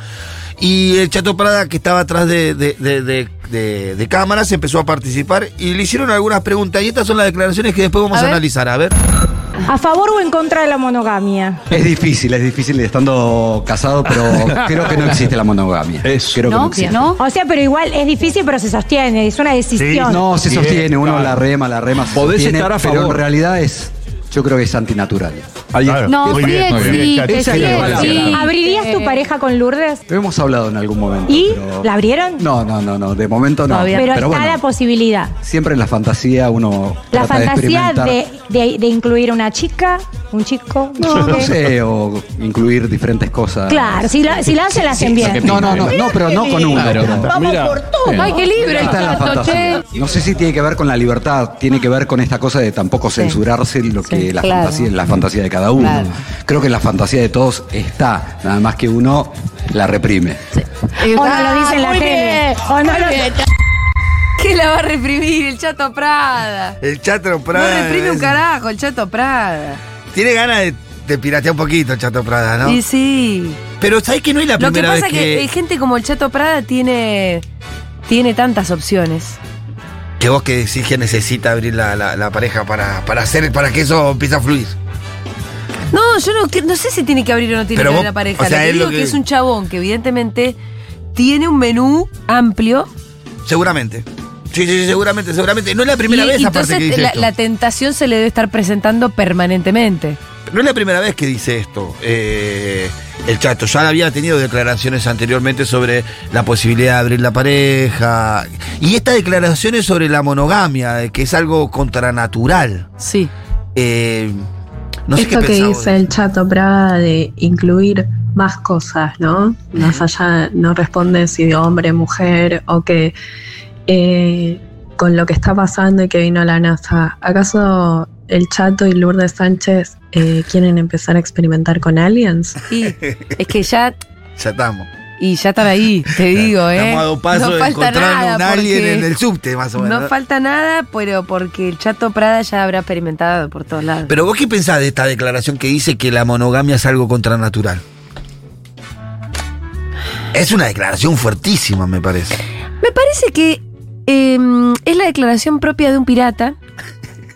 Speaker 1: Y el Chato Prada, que estaba atrás de, de, de- de- de- de cámaras, empezó a participar y le hicieron algunas preguntas. Y estas son las declaraciones que después vamos
Speaker 2: A
Speaker 1: a
Speaker 2: ver.
Speaker 1: analizar. A ver.
Speaker 5: ¿A favor o en contra de la monogamia?
Speaker 6: Es difícil, es difícil estando casado, pero creo que no existe la monogamia. Creo que no
Speaker 7: ¿No?
Speaker 6: existe.
Speaker 7: ¿No?
Speaker 5: O sea, pero igual es difícil, pero se sostiene, es una decisión.
Speaker 6: No, se sostiene, uno
Speaker 8: claro.
Speaker 6: la rema, la rema. se
Speaker 8: Podés
Speaker 6: sostiene,
Speaker 8: estar a
Speaker 6: Pero
Speaker 8: favor.
Speaker 6: en realidad es, yo creo que es antinatural.
Speaker 8: Ahí está.
Speaker 7: No,
Speaker 8: Muy
Speaker 7: sí
Speaker 8: bien, muy bien.
Speaker 7: existe,
Speaker 6: Esa es
Speaker 7: sí
Speaker 6: la
Speaker 7: existe.
Speaker 6: palabra.
Speaker 5: ¿Abrirías tu pareja con Lourdes?
Speaker 6: Lo hemos hablado en algún momento.
Speaker 5: ¿Y
Speaker 6: pero-
Speaker 5: la abrieron?
Speaker 6: No, no, no, no, de momento no.
Speaker 2: Todavía no.
Speaker 5: Pero,
Speaker 6: Pero
Speaker 5: está la
Speaker 6: bueno,
Speaker 5: posibilidad.
Speaker 6: siempre en la fantasía uno
Speaker 5: La
Speaker 6: trata
Speaker 5: fantasía
Speaker 6: de experimentar.
Speaker 5: de, de- de incluir una chica, un chico.
Speaker 6: No, no
Speaker 5: ¿qué?
Speaker 6: sé, o incluir diferentes cosas.
Speaker 5: Claro, si la, si la hacen, la hacen
Speaker 8: sí,
Speaker 5: bien.
Speaker 8: sí.
Speaker 6: No, no, no, no, pero no con uno. pero-
Speaker 8: Mira, bien.
Speaker 2: ¡Ay, qué libre el
Speaker 6: Está en la
Speaker 2: Chato,
Speaker 6: fantasía.
Speaker 2: che!
Speaker 6: No sé si tiene que ver con la libertad, tiene que ver con esta cosa de tampoco censurarse lo que la,
Speaker 7: claro.
Speaker 6: fantasía, la fantasía de cada uno.
Speaker 7: Claro.
Speaker 6: Creo que la fantasía de todos está, nada más que uno la reprime.
Speaker 5: O
Speaker 2: Ah,
Speaker 5: no lo dice en la
Speaker 7: muy
Speaker 5: tele.
Speaker 7: bien,
Speaker 5: O no lo-
Speaker 2: ¿Qué la va a reprimir el Chato Prada?
Speaker 1: El Chato
Speaker 2: No
Speaker 1: Prada.
Speaker 2: reprime un
Speaker 1: Ah, es-
Speaker 2: carajo el Chato Prada.
Speaker 1: Tiene ganas de, de piratear un poquito el Chato Prada, ¿no?
Speaker 2: Y sí.
Speaker 1: Pero sabés que no es la
Speaker 2: Lo que
Speaker 1: primera
Speaker 2: pasa
Speaker 1: vez
Speaker 2: que... eh, gente como el Chato Prada tiene, tiene tantas opciones.
Speaker 1: que vos que decís que necesita abrir la, la- la pareja para, para hacer, para que eso empiece a fluir.
Speaker 2: No, yo no, que- no sé si tiene que abrir o no tiene
Speaker 1: Pero
Speaker 2: que
Speaker 1: vos-
Speaker 2: abrir la pareja.
Speaker 1: o sea,
Speaker 2: lo que
Speaker 1: es lo
Speaker 2: digo que...
Speaker 1: que-
Speaker 2: es un chabón que evidentemente tiene un menú amplio.
Speaker 1: Seguramente. Sí, sí, sí, seguramente, seguramente. No es la primera
Speaker 2: y,
Speaker 1: vez
Speaker 2: y
Speaker 1: aparte
Speaker 2: entonces
Speaker 1: que dice
Speaker 2: la,
Speaker 1: esto.
Speaker 2: la tentación se le debe estar presentando permanentemente.
Speaker 1: No es la primera vez que dice esto. eh, el chato ya había tenido declaraciones anteriormente sobre la posibilidad de abrir la pareja. Y estas declaraciones sobre la monogamia, eh, que es algo contranatural.
Speaker 2: Sí.
Speaker 1: Eh, no sé
Speaker 9: Esto
Speaker 1: qué
Speaker 9: que
Speaker 1: pensás
Speaker 9: dice
Speaker 1: vos.
Speaker 9: el Chato Prada de incluir más cosas, ¿no? Más allá no responde si de hombre, mujer o que eh, con lo que está pasando y que vino la NASA. ¿Acaso el Chato y Lourdes Sánchez eh, quieren empezar a experimentar con aliens?
Speaker 2: Y es que ya,
Speaker 1: Ya estamos.
Speaker 2: y ya están ahí, te digo, ¿eh?
Speaker 1: Estamos a dos pasos
Speaker 2: No
Speaker 1: de
Speaker 2: falta
Speaker 1: encontrar
Speaker 2: nada
Speaker 1: un alien
Speaker 2: porque-
Speaker 1: en el subte, más o menos.
Speaker 2: No falta nada, pero porque el Chato Prada ya habrá experimentado por todos lados.
Speaker 1: Pero vos qué pensás de esta declaración que dice que la monogamia es algo contranatural. Es una declaración fuertísima, me parece.
Speaker 2: Me parece que eh, es la declaración propia de un pirata,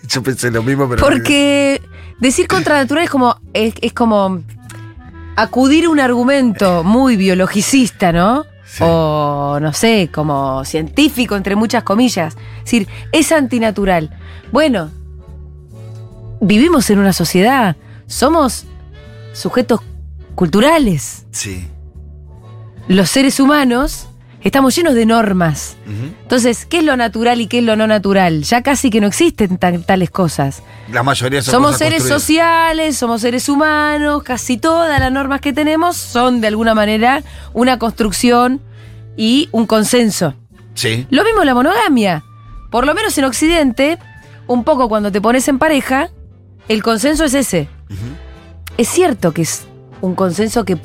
Speaker 1: Yo pensé lo mismo, pero.
Speaker 2: porque decir contranatural es como, es, es como acudir a un argumento muy biologicista, ¿no?
Speaker 1: Sí.
Speaker 2: O no sé, como científico, entre muchas comillas. Es decir, es antinatural. Bueno, vivimos en una sociedad, somos sujetos culturales.
Speaker 1: Sí.
Speaker 2: los seres humanos Estamos llenos de normas.
Speaker 1: Ujú.
Speaker 2: Entonces, ¿qué es lo natural y qué es lo no natural? Ya casi que no existen tan- tales cosas.
Speaker 1: La mayoría son
Speaker 2: somos
Speaker 1: cosas
Speaker 2: seres
Speaker 1: construidas.
Speaker 2: sociales, somos seres humanos, casi todas las normas que tenemos son de alguna manera una construcción y un consenso.
Speaker 1: Sí.
Speaker 2: Lo mismo la monogamia. Por lo menos en Occidente, un poco cuando te pones en pareja, el consenso es ese.
Speaker 1: Ujú.
Speaker 2: Es cierto que es un consenso que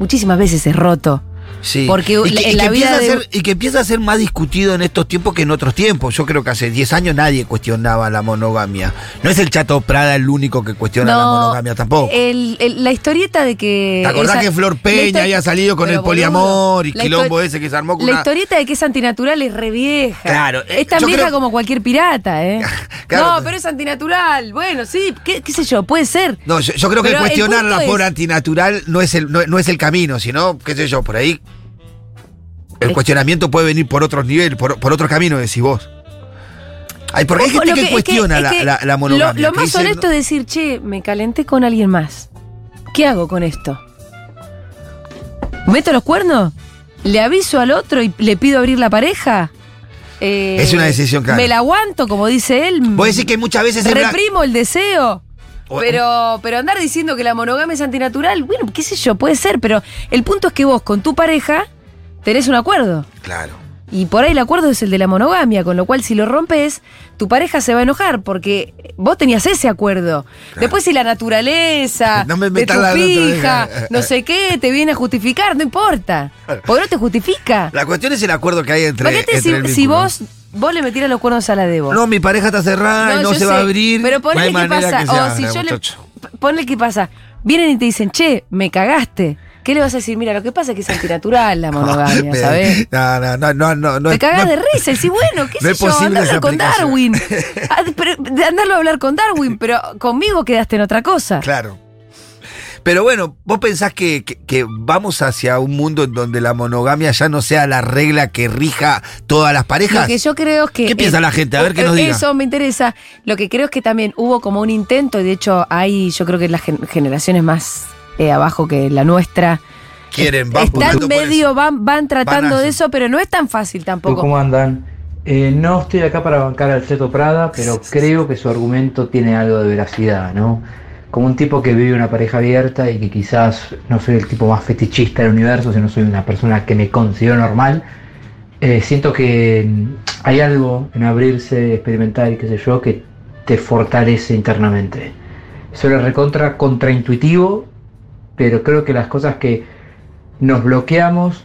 Speaker 2: muchísimas veces es roto.
Speaker 1: Sí.
Speaker 2: Porque
Speaker 1: y
Speaker 2: la-
Speaker 1: que, y
Speaker 2: la
Speaker 1: que
Speaker 2: vida
Speaker 1: empieza a
Speaker 2: de-
Speaker 1: ser, y que empieza a ser más discutido en estos tiempos que en otros tiempos. Yo creo que hace 10 años nadie cuestionaba la monogamia. No es el Chato Prada el único que cuestiona la
Speaker 2: No,
Speaker 1: monogamia tampoco.
Speaker 2: el- el- la historieta de que.
Speaker 1: Oh. ¿Te acordás
Speaker 2: esa-
Speaker 1: que Flor
Speaker 2: la
Speaker 1: Peña
Speaker 2: histo-
Speaker 1: había salido con
Speaker 2: Pero,
Speaker 1: el poliamor y
Speaker 2: boludo, la
Speaker 1: quilombo
Speaker 2: histo-
Speaker 1: ese que se armó con
Speaker 2: La
Speaker 1: una-
Speaker 2: historieta de que es antinatural es re vieja.
Speaker 1: Claro, eh,
Speaker 2: Es tan
Speaker 1: yo
Speaker 2: vieja
Speaker 1: creo-
Speaker 2: como cualquier pirata, ¿eh?
Speaker 1: Claro.
Speaker 2: No, pero es antinatural. Bueno, sí, qué, qué sé yo, puede ser.
Speaker 1: No, yo, yo creo que
Speaker 2: Pero el
Speaker 1: cuestionarla
Speaker 2: punto
Speaker 1: por
Speaker 2: es-
Speaker 1: antinatural no es, el, no, no es el camino, sino, qué sé yo, por ahí. El
Speaker 2: Es-
Speaker 1: cuestionamiento puede venir por otros niveles, por, por otro camino, decís vos. Ay, porque hay
Speaker 2: Ojo,
Speaker 1: gente
Speaker 2: lo
Speaker 1: que,
Speaker 2: es
Speaker 1: cuestiona
Speaker 2: es
Speaker 1: la-
Speaker 2: que
Speaker 1: la, la,
Speaker 2: lo-
Speaker 1: monogamia.
Speaker 2: Lo,
Speaker 1: que
Speaker 2: más
Speaker 1: dice,
Speaker 2: honesto es decir, che, me calenté con alguien más. ¿Qué hago con esto? ¿Meto los cuernos? ¿Le aviso al otro y le pido abrir la pareja? Eh,
Speaker 1: Es una decisión clara.
Speaker 2: ¿Me la aguanto, como dice él?
Speaker 1: Vos decís que muchas veces es blan-
Speaker 2: Reprimo el deseo.
Speaker 1: O-
Speaker 2: Pero, pero andar diciendo que la monogamia es antinatural, bueno, qué sé yo, puede ser, pero el punto es que vos con tu pareja tenés un acuerdo.
Speaker 1: Claro.
Speaker 2: Y por ahí el acuerdo es el de la monogamia, con lo cual si lo rompes, tu pareja se va a enojar porque vos tenías ese acuerdo. Después si la naturaleza,
Speaker 1: No me
Speaker 2: de
Speaker 1: metas
Speaker 2: tu
Speaker 1: la
Speaker 2: pija,
Speaker 1: naturaleza.
Speaker 2: no sé qué, te viene a justificar, no importa. Porque no te justifica.
Speaker 1: La cuestión es el acuerdo que hay entre.
Speaker 2: Imagínate
Speaker 1: entre
Speaker 2: si,
Speaker 1: el
Speaker 2: si
Speaker 1: vínculo.
Speaker 2: vos, vos le metieras los cuernos a la de vos.
Speaker 1: No, mi pareja está cerrada y no
Speaker 2: yo
Speaker 1: se va a
Speaker 2: sé,
Speaker 1: abrir.
Speaker 2: Pero
Speaker 1: no hay
Speaker 2: ponle qué
Speaker 1: manera
Speaker 2: pasa.
Speaker 1: que se
Speaker 2: o
Speaker 1: abra,
Speaker 2: si yo le.
Speaker 1: muchacho.
Speaker 2: p- Ponle qué pasa. Vienen y te dicen, che, me cagaste. ¿Qué le vas a decir? Mira, lo que pasa es que es antinatural la monogamia,
Speaker 1: Me-
Speaker 2: ¿sabes?
Speaker 1: No, no, no, no, no. no
Speaker 2: Te
Speaker 1: es-
Speaker 2: cagás
Speaker 1: no-
Speaker 2: de risa y decís, bueno, qué
Speaker 1: no
Speaker 2: sé
Speaker 1: es
Speaker 2: yo,
Speaker 1: posible
Speaker 2: andarlo
Speaker 1: esa
Speaker 2: con
Speaker 1: aplicación.
Speaker 2: Darwin. Ah, pero de andarlo a hablar con Darwin, pero conmigo quedaste en otra cosa.
Speaker 1: Claro. Pero bueno, ¿vos pensás que, que- que vamos hacia un mundo en donde la monogamia ya no sea la regla que rija todas las
Speaker 2: Lo
Speaker 1: parejas?
Speaker 2: que yo creo es que. eh,
Speaker 1: ¿Qué piensa la gente? A ver qué nos diga.
Speaker 2: Eso me interesa. Lo que creo es que también hubo como un intento, y de hecho, hay, yo creo que las gen- generaciones más eh, abajo que la nuestra,
Speaker 1: Quieren, van
Speaker 2: Están
Speaker 1: pujando por
Speaker 2: medio,
Speaker 1: eso.
Speaker 2: van, van tratando
Speaker 1: Van a-
Speaker 2: de eso, pero no es tan fácil
Speaker 7: Pues,
Speaker 2: tampoco.
Speaker 7: ¿Cómo andan? Eh, no estoy acá para bancar al Cheto Prada, pero creo que su argumento tiene algo de veracidad, ¿no? Como un tipo que vive una pareja abierta y que quizás no soy el tipo más fetichista del universo, sino soy una persona que me considero normal, eh, siento que mm, hay algo en abrirse, experimentar y qué sé yo, que te fortalece internamente. Eso es recontra contraintuitivo, pero creo que las cosas que nos bloqueamos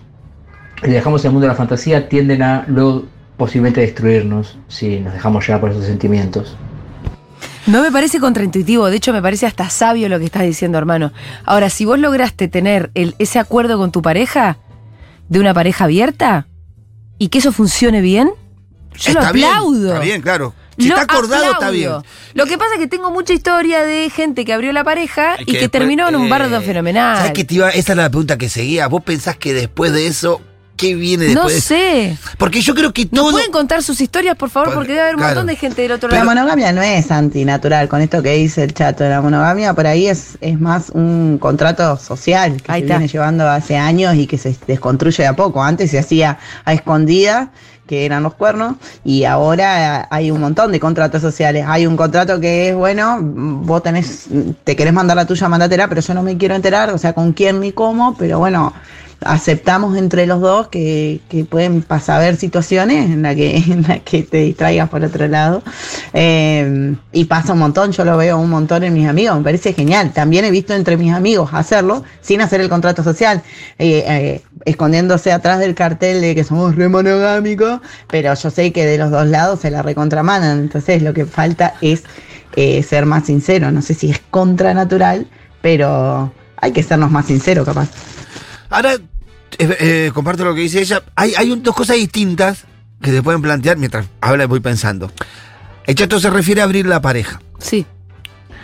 Speaker 7: y dejamos el mundo de la fantasía tienden a luego posiblemente destruirnos si nos dejamos llevar por esos sentimientos.
Speaker 2: No me parece contraintuitivo, de hecho me parece hasta sabio lo que estás diciendo, hermano. Ahora, si vos lograste tener el- ese acuerdo con tu pareja, de una pareja abierta, y que eso funcione bien, yo lo
Speaker 1: Está bien,
Speaker 2: aplaudo.
Speaker 1: está bien, claro. Si
Speaker 2: Lo
Speaker 1: está acordado, está bien.
Speaker 2: aplaudo. Lo que pasa es que tengo mucha historia de gente que abrió la pareja y que,
Speaker 1: después,
Speaker 2: terminó en un
Speaker 1: eh,
Speaker 2: bardo fenomenal.
Speaker 1: ¿Sabés qué te iba? Esa era la pregunta que seguía. ¿Vos pensás que después de eso, qué viene después
Speaker 2: no
Speaker 1: de eso?
Speaker 2: sé.
Speaker 1: Porque yo creo que
Speaker 2: ¿Nos
Speaker 1: todo.
Speaker 2: pueden contar sus historias, por favor?
Speaker 1: Por-
Speaker 2: Porque debe haber un
Speaker 1: claro.
Speaker 2: montón de gente del otro
Speaker 8: La
Speaker 2: lado.
Speaker 8: monogamia no es antinatural, con esto que dice el chato de la monogamia, por ahí es, es más un contrato social que
Speaker 2: Ahí
Speaker 8: se
Speaker 2: está.
Speaker 8: viene llevando hace años y que se desconstruye de a poco. Antes se hacía a escondida, que eran los cuernos, y ahora eh, hay un montón de contratos sociales. Hay un contrato que es, bueno, mm, vos tenés, mm, te querés mandar la tuya, mandatela, pero yo no me quiero enterar, o sea, con quién ni cómo, pero bueno, aceptamos entre los dos que, que pueden pasar a haber situaciones en las que, en la que te distraigas por otro lado. Eh, y pasa un montón, yo lo veo un montón en mis amigos, me parece genial. También he visto entre mis amigos hacerlo sin hacer el contrato social, eh, eh, escondiéndose atrás del cartel de que somos re monogámicos, pero yo sé que de los dos lados se la recontramanan. Entonces lo que falta es eh, ser más sincero. No sé si es contranatural, pero hay que sernos más sinceros capaz.
Speaker 1: Ahora, eh, eh, comparto lo que dice ella. Hay, hay un- dos cosas distintas que se pueden plantear mientras habla y voy pensando. El chato se refiere a abrir la pareja.
Speaker 2: Sí.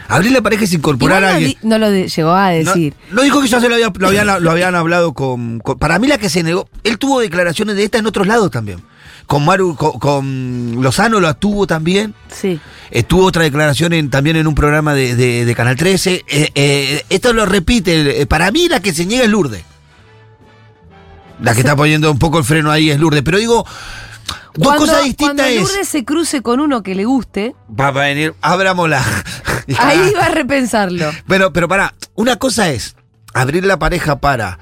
Speaker 1: Abrir la pareja es incorporar
Speaker 2: Igual
Speaker 1: a
Speaker 2: no,
Speaker 1: alguien.
Speaker 2: di- no lo de- llegó a
Speaker 1: No,
Speaker 2: decir.
Speaker 1: no dijo que ya se lo, había- lo habían, lo habían hablado con, con- Para mí la que se negó... Él tuvo declaraciones de estas en otros lados también. Con Maru, con, con Lozano lo tuvo también.
Speaker 2: Sí.
Speaker 1: Eh, tuvo otra declaración en- también en un programa de, de- de Canal 13. Eh, eh, esto lo repite. eh, Para mí la que se niega es Lourdes. La que está poniendo un poco el freno ahí es Lourdes. Pero digo, dos
Speaker 2: Cuando-
Speaker 1: cosas distintas
Speaker 2: Cuando
Speaker 1: es.
Speaker 2: Lourdes se cruce con uno que le guste,
Speaker 1: Va a venir, abrámosla.
Speaker 2: ahí va a repensarlo.
Speaker 1: Pero, pero pará, una cosa es abrir la pareja para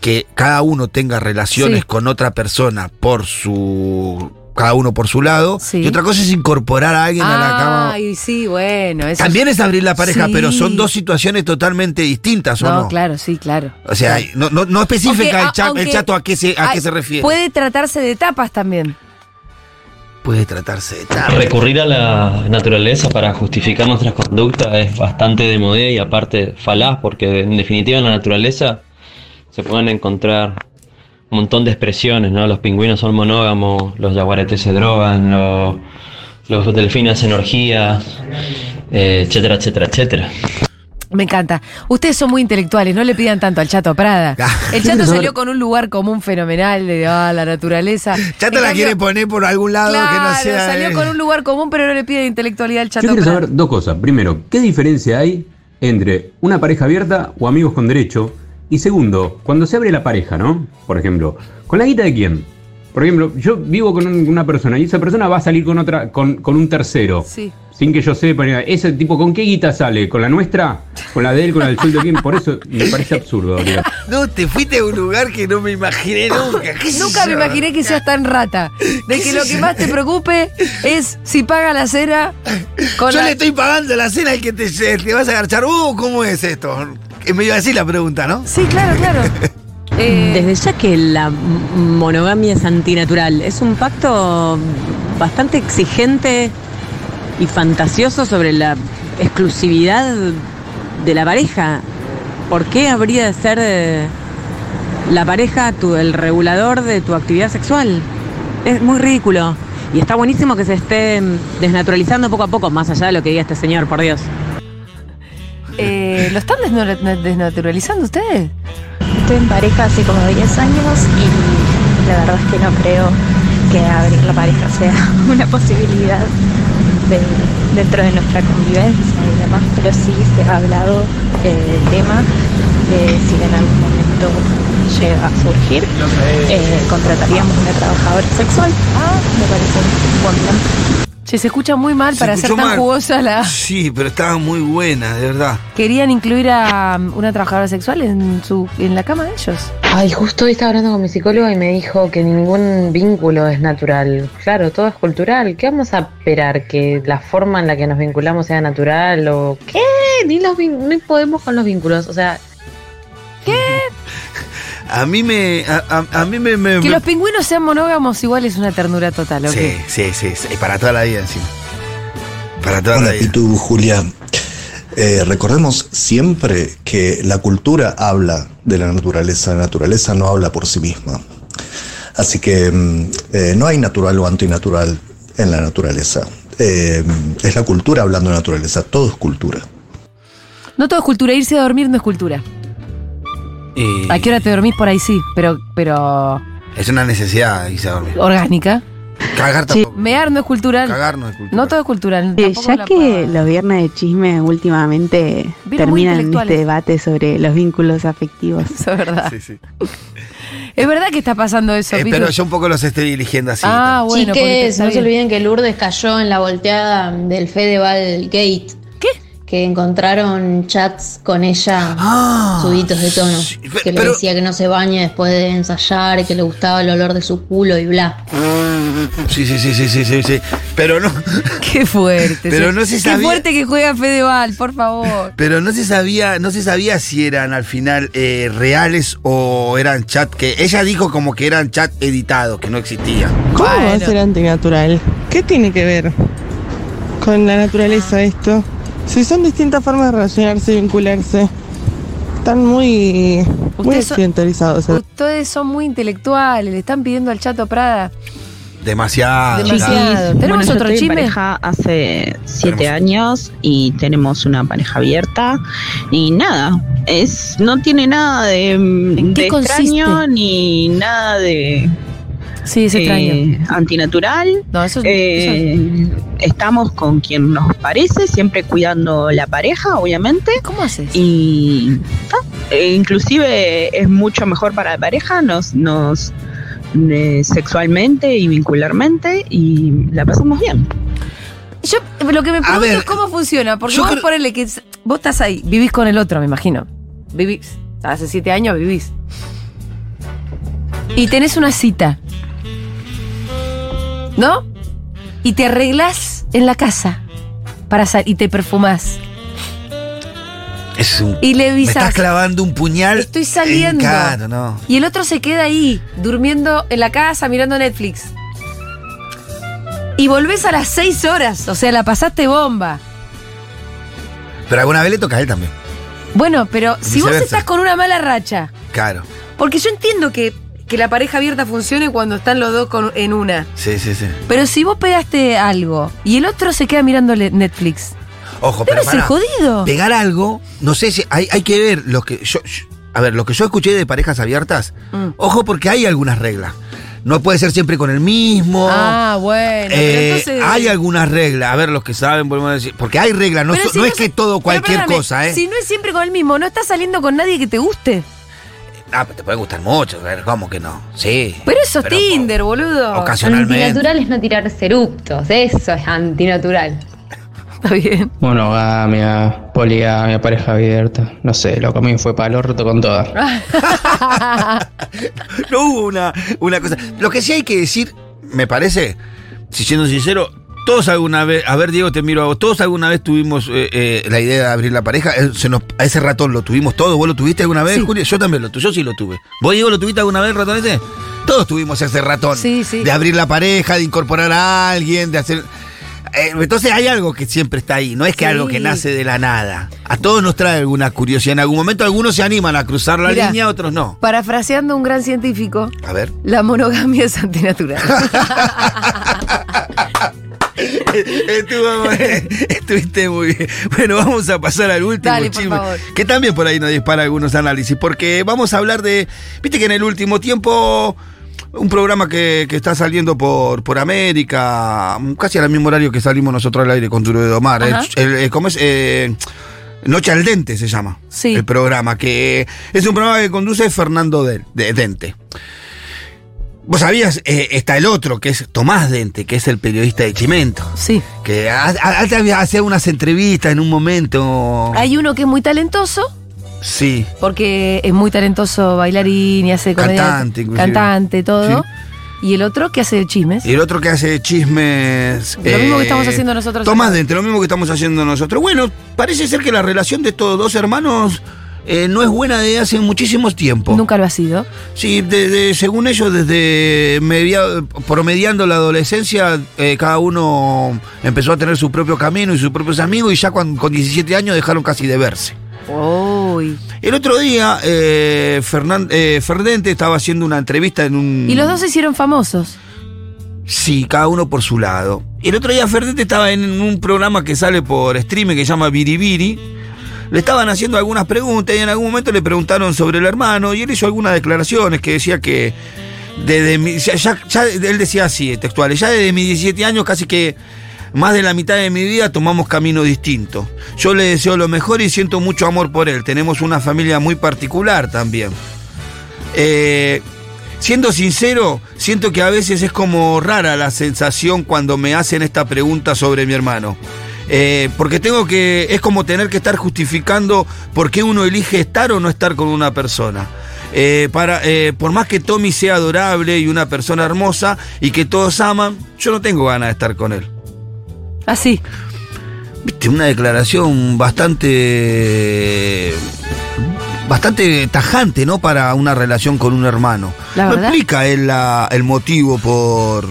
Speaker 1: que cada uno tenga relaciones
Speaker 2: Sí.
Speaker 1: con otra persona por su. cada uno por su lado.
Speaker 2: Sí.
Speaker 1: Y otra cosa es incorporar a alguien a la cama.
Speaker 2: Ay, sí, bueno. Eso
Speaker 1: También es abrir la pareja,
Speaker 2: Sí.
Speaker 1: pero son dos situaciones totalmente distintas, ¿o no?
Speaker 2: No, claro, sí, claro.
Speaker 1: O sea, no, no, no especifica
Speaker 2: Aunque-
Speaker 1: el, cha- el
Speaker 2: aunque-
Speaker 1: chato a qué se, a
Speaker 2: Ay,
Speaker 1: qué se refiere. Puede,
Speaker 2: Puede tratarse de etapas también.
Speaker 1: tratarse de tal.
Speaker 10: Recurrir a la naturaleza para justificar nuestras conductas es bastante demodé y aparte falaz, porque en definitiva en la naturaleza se pueden encontrar un montón de expresiones, ¿no? Los pingüinos son monógamos, los jaguaretes se drogan, los, los delfines hacen orgías, eh, etcétera, etcétera, etcétera.
Speaker 2: Me encanta. Ustedes son muy intelectuales, no le pidan tanto al Chato Prada. El Chato salió con un lugar común fenomenal de ah, la naturaleza.
Speaker 1: Ya te
Speaker 2: En
Speaker 1: la
Speaker 2: cambio-
Speaker 1: quiere poner por algún lado que no
Speaker 2: Claro,
Speaker 1: sea.
Speaker 2: salió
Speaker 1: eh.
Speaker 2: con un lugar común, pero no le piden intelectualidad al Chato
Speaker 11: Yo quiero
Speaker 2: Prada.
Speaker 11: saber dos cosas. Primero, ¿qué diferencia hay entre una pareja abierta o amigos con derecho? Y segundo, cuando se abre la pareja, ¿no? Por ejemplo, ¿con la guita de quién? Por ejemplo, yo vivo con un- una persona y esa persona va a salir con otra, con, con un tercero.
Speaker 2: Sí.
Speaker 11: Sin que yo sepa, ni nada. ese tipo, ¿con qué guita sale? ¿Con la nuestra? ¿Con la de él? ¿Con la del sueldo de quién? Por eso me parece absurdo. digo.
Speaker 1: No, te fuiste a un lugar que no me imaginé nunca. ¿Qué sé
Speaker 2: Nunca me
Speaker 1: yo?
Speaker 2: imaginé que seas tan rata. De que
Speaker 1: sé
Speaker 2: lo que
Speaker 1: yo?
Speaker 2: más te preocupe es si paga la cena con
Speaker 1: Yo
Speaker 2: la-
Speaker 1: le estoy pagando la cena y que te, eh, te vas a agarchar. Uh, ¿cómo es esto? Eh, Me iba a decir la pregunta, ¿no?
Speaker 2: Sí, claro, claro. Eh,
Speaker 12: Desde ya que la m- monogamia es antinatural, es un pacto bastante exigente y fantasioso sobre la exclusividad de la pareja. ¿Por qué habría de ser eh, la pareja tu- el regulador de tu actividad sexual? Es muy ridículo. Y está buenísimo que se esté mm, desnaturalizando poco a poco, más allá de lo que diga este señor, por Dios.
Speaker 2: eh, ¿Lo están desno- desnaturalizando ustedes?
Speaker 13: Estoy en pareja hace como 10 años y la verdad es que no creo que abrir la pareja sea una posibilidad de- dentro de nuestra convivencia y demás, pero sí se ha hablado eh, del tema de si en algún momento llega a surgir, eh, contrataríamos una trabajadora sexual. Ah, me parece un buen plan.
Speaker 2: Che, se escucha muy mal
Speaker 1: Se
Speaker 2: para ser
Speaker 1: escuchó
Speaker 2: tan
Speaker 1: mal.
Speaker 2: jugosa la.
Speaker 1: Sí, pero estaba muy buena, de verdad.
Speaker 2: ¿Querían incluir a um, una trabajadora sexual en su en la cama de ellos?
Speaker 14: Ay, justo hoy estaba hablando con mi psicólogo y me dijo que ningún vínculo es natural. Claro, todo es cultural. ¿Qué vamos a esperar? ¿Que la forma en la que nos vinculamos sea natural o qué? Ni los vin- ni podemos con los vínculos. O sea,
Speaker 1: A mí me. A, a- a mí me. me-
Speaker 2: Que los pingüinos sean monógamos igual es una ternura total, ¿ok?
Speaker 1: Em, sí, sí, sí, sí, Para toda la vida encima. Para toda la
Speaker 15: Hola,
Speaker 1: vida.
Speaker 15: Pitu, Julia. Eh, recordemos siempre que la cultura habla de la naturaleza, la naturaleza no habla por sí misma. Así que mm, eh, no hay natural o antinatural en la naturaleza. Eh, es la cultura hablando de naturaleza, todo es cultura.
Speaker 2: No todo es cultura, irse a dormir no es cultura.
Speaker 15: eh,
Speaker 1: Y
Speaker 2: ¿A qué hora te dormís por ahí sí? Pero, pero
Speaker 1: es una necesidad, irse a dormir.
Speaker 2: orgánica.
Speaker 1: Cagar
Speaker 12: Sí.
Speaker 1: tampoco.
Speaker 2: Mear no es cultural.
Speaker 1: Cagar no es cultura.
Speaker 2: No todo es cultural.
Speaker 12: Eh,
Speaker 2: tampoco
Speaker 12: ya
Speaker 2: la-
Speaker 12: que los viernes de chisme últimamente
Speaker 2: muy
Speaker 12: terminan en este
Speaker 2: intelectuales.
Speaker 12: debate sobre los vínculos afectivos.
Speaker 2: Eso es verdad.
Speaker 1: Sí, sí.
Speaker 2: Es verdad que está pasando eso,
Speaker 1: Eh,
Speaker 2: Pitu.
Speaker 1: pero yo un poco los estoy dirigiendo así.
Speaker 2: Ah, bueno, porque te-
Speaker 16: Chiques,
Speaker 2: está
Speaker 16: no se
Speaker 2: bien.
Speaker 16: olviden que Lourdes cayó en la volteada del Fedeval Gate.
Speaker 2: ¿Qué?
Speaker 16: Que encontraron chats con ella
Speaker 2: Ah,
Speaker 16: subitos de tono. que le
Speaker 1: pero-
Speaker 16: decía que no se bañe después de ensayar, que le gustaba el olor de su culo y bla.
Speaker 1: Sí, sí, sí, sí, sí, sí, sí. Pero no.
Speaker 2: Qué fuerte.
Speaker 1: Pero
Speaker 2: sí.
Speaker 1: no se
Speaker 2: Qué
Speaker 1: sabía-
Speaker 2: fuerte que juega Fedeval, por favor.
Speaker 1: Pero no se sabía, no se sabía si eran al final eh, reales o eran chat que. Ella dijo como que eran chat editados, que no existían.
Speaker 17: ¿Cómo va a
Speaker 2: Bueno.
Speaker 17: ser antinatural? ¿Qué tiene que ver con la naturaleza esto? Si son distintas formas de relacionarse y vincularse, están muy, muy
Speaker 2: Ustedes son-
Speaker 17: occidentalizados. ¿eh?
Speaker 2: Ustedes son muy intelectuales, le están pidiendo al Chato Prada.
Speaker 1: Demasiado.
Speaker 2: Demasiado.
Speaker 1: claro.
Speaker 2: ¿Tenemos
Speaker 13: yo
Speaker 2: otro
Speaker 13: estoy en
Speaker 2: chisme?
Speaker 13: pareja hace siete
Speaker 1: Tenemos.
Speaker 13: años y tenemos una pareja abierta y nada, es no tiene nada de,
Speaker 2: qué
Speaker 13: de
Speaker 2: consiste?
Speaker 13: extraño ni nada de
Speaker 2: Sí, es
Speaker 13: eh,
Speaker 2: extraño.
Speaker 13: antinatural.
Speaker 2: No, eso es.
Speaker 13: Eh, Estamos con quien nos parece, siempre cuidando la pareja, obviamente.
Speaker 2: ¿Cómo haces?
Speaker 13: Y ah,
Speaker 18: eh, inclusive es mucho mejor para la pareja, nos, nos eh, sexualmente y vincularmente y la pasamos bien.
Speaker 2: Yo lo que me pregunto
Speaker 18: ver,
Speaker 2: es cómo funciona, porque
Speaker 18: yo
Speaker 2: vos
Speaker 18: creo-
Speaker 2: ponele que s- vos estás ahí, vivís con el otro, me imagino. Vivís. Hace siete años vivís. Y tenés una cita. ¿No? Y te arreglás en la casa para salir y te perfumás.
Speaker 1: Es un-
Speaker 2: Y le
Speaker 1: me estás
Speaker 2: avisás.
Speaker 1: clavando un puñal.
Speaker 2: Estoy saliendo.
Speaker 1: en- Claro, no.
Speaker 2: Y el otro se queda ahí, durmiendo en la casa, mirando Netflix. Y volvés a las seis horas, o sea, la pasaste bomba.
Speaker 1: Pero alguna vez le toca a él también.
Speaker 2: Bueno, pero si vos
Speaker 1: Viceversa.
Speaker 2: estás con una mala racha,
Speaker 1: Claro.
Speaker 2: porque yo entiendo que, que la pareja abierta funcione cuando están los dos con- en una.
Speaker 1: Sí, sí, sí.
Speaker 2: Pero si vos pegaste algo y el otro se queda mirando le- Netflix.
Speaker 1: Ojo,
Speaker 2: Debe
Speaker 1: pero
Speaker 2: ser
Speaker 1: pará.
Speaker 2: jodido.
Speaker 1: Pegar algo, no sé si hay, hay que ver lo que yo, yo- a ver, lo que yo escuché de parejas abiertas.
Speaker 2: Mm.
Speaker 1: Ojo porque hay algunas reglas. No puede ser siempre con el mismo.
Speaker 2: Ah, bueno. pero
Speaker 1: Oh. Eh,
Speaker 2: entonces-
Speaker 1: hay algunas reglas, a ver, los que saben, volvemos a decir, porque hay reglas, no,
Speaker 2: Pero
Speaker 1: so-
Speaker 2: si
Speaker 1: no
Speaker 2: no
Speaker 1: es
Speaker 2: se-
Speaker 1: que todo
Speaker 2: pero
Speaker 1: cualquier
Speaker 2: perdóname,
Speaker 1: cosa, ¿eh?
Speaker 2: Si no es siempre con el mismo, no estás saliendo con nadie que te guste.
Speaker 1: Ah, pero te puede gustar mucho, a ver, ¿cómo que no? Sí.
Speaker 2: Pero eso es
Speaker 1: Pero
Speaker 2: Tinder, boludo.
Speaker 1: Ocasionalmente.
Speaker 16: Antinatural es no tirar seruptos, eso es antinatural.
Speaker 2: Está bien.
Speaker 19: Monogamia, poligamia, pareja abierta. No sé, lo mío fue para el orto con toda.
Speaker 1: No hubo una, una cosa. Lo que sí hay que decir, me parece, si siendo sincero, todos alguna vez, a ver Diego, te miro a vos, todos alguna vez tuvimos eh, eh, la idea de abrir la pareja, Eh, se nos- a ese ratón lo tuvimos todos, vos lo tuviste alguna vez, Julio, yo también lo tuve, yo sí lo tuve. ¿Vos Diego lo tuviste alguna vez el ratón ese? Todos tuvimos ese ratón de abrir la pareja, de incorporar a alguien, de hacer... Eh, Entonces hay algo que siempre está ahí, no es que algo que nace de la nada. A todos nos trae alguna curiosidad. En algún momento algunos se animan a cruzar la
Speaker 2: Mirá.
Speaker 1: línea, otros no.
Speaker 2: Parafraseando a un gran científico,
Speaker 1: A ver.
Speaker 2: la monogamia es antinatural.
Speaker 1: Estuvo- eh. estuviste muy bien. Bueno, vamos a pasar al último
Speaker 2: Dale, por
Speaker 1: chisme,
Speaker 2: favor.
Speaker 1: que también por ahí nos dispara algunos análisis, porque vamos a hablar de, viste que en el último tiempo, un programa que, que está saliendo por, por América, casi al mismo horario que salimos nosotros al aire con Duro de Domar, eh,
Speaker 2: Ajá.
Speaker 1: el, el- el- ¿cómo es? Eh, Noche al Dente se llama el programa, que es un programa que conduce Fernando Del- de Dente. Vos sabías, eh, está el otro, que es Tomás Dente, que es el periodista de Chimento.
Speaker 2: Sí.
Speaker 1: Que ha- ha- antes había- hacía unas entrevistas en un momento.
Speaker 2: Hay uno que es muy talentoso,
Speaker 1: Sí.
Speaker 2: porque es muy talentoso bailarín y hace comedia.
Speaker 1: Cantante, inclusive.
Speaker 2: Cantante, todo.
Speaker 1: Sí.
Speaker 2: Y el otro que hace chismes.
Speaker 1: Y el otro que hace chismes. eh,
Speaker 2: Lo mismo que estamos haciendo nosotros
Speaker 1: Tomás
Speaker 2: acá.
Speaker 1: Dente, lo mismo que estamos haciendo nosotros. Bueno, parece ser que la relación de estos dos hermanos eh, no es buena desde hace muchísimos tiempos.
Speaker 2: Nunca lo ha sido.
Speaker 1: Sí, desde, según ellos, desde media- promediando la adolescencia, eh, cada uno empezó a tener su propio camino y sus propios amigos, y ya con, con 17 años dejaron casi de verse.
Speaker 2: Uy.
Speaker 1: El otro día, eh, Fernan- eh, Ferdente estaba haciendo una entrevista en un.
Speaker 2: Y los dos se hicieron famosos.
Speaker 1: Sí, cada uno por su lado. El otro día Ferdente estaba en un programa que sale por streaming que se llama Biribiri. Le estaban haciendo algunas preguntas y en algún momento le preguntaron sobre el hermano y él hizo algunas declaraciones que decía que desde mi- ya, ya- ya él decía así, textuales, ya desde mis 17 años casi que más de la mitad de mi vida tomamos caminos distintos. Yo le deseo lo mejor y siento mucho amor por él. Tenemos una familia muy particular también. Eh, siendo sincero, siento que a veces es como rara la sensación cuando me hacen esta pregunta sobre mi hermano. Eh, porque tengo que. Es como tener que estar justificando por qué uno elige estar o no estar con una persona. Eh, para, eh, por más que Tommy sea adorable y una persona hermosa y que todos aman, yo no tengo ganas de estar con él.
Speaker 2: Así.
Speaker 1: Viste, una declaración bastante. bastante tajante, ¿no? Para una relación con un hermano.
Speaker 2: La
Speaker 1: no
Speaker 2: verdad.
Speaker 1: explica él la- el motivo por.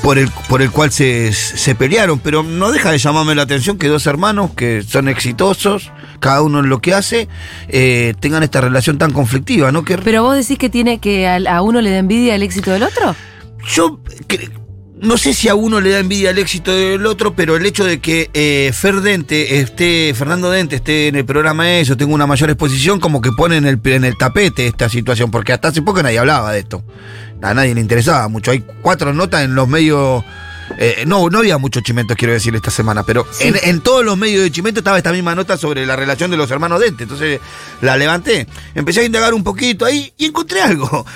Speaker 1: Por el, por el cual se, se pelearon, pero no deja de llamarme la atención que dos hermanos que son exitosos, cada uno en lo que hace, eh, tengan esta relación tan conflictiva, ¿no? Que
Speaker 2: Pero vos decís que tiene que al- a, uno le da envidia el éxito del otro.
Speaker 1: yo cre- no sé si a uno le da envidia el éxito del otro, pero el hecho de que eh, Fer Dente esté, Fernando Dente esté en el programa eso, tenga una mayor exposición, como que pone en el, en el tapete esta situación, porque hasta hace poco nadie hablaba de esto. A nadie le interesaba mucho. Hay cuatro notas en los medios eh, no, no había muchos chimentos, quiero decir, esta semana, pero en, en todos los medios de chimento estaba esta misma nota sobre la relación de los hermanos Dente. Entonces la levanté, empecé a indagar un poquito ahí y encontré algo.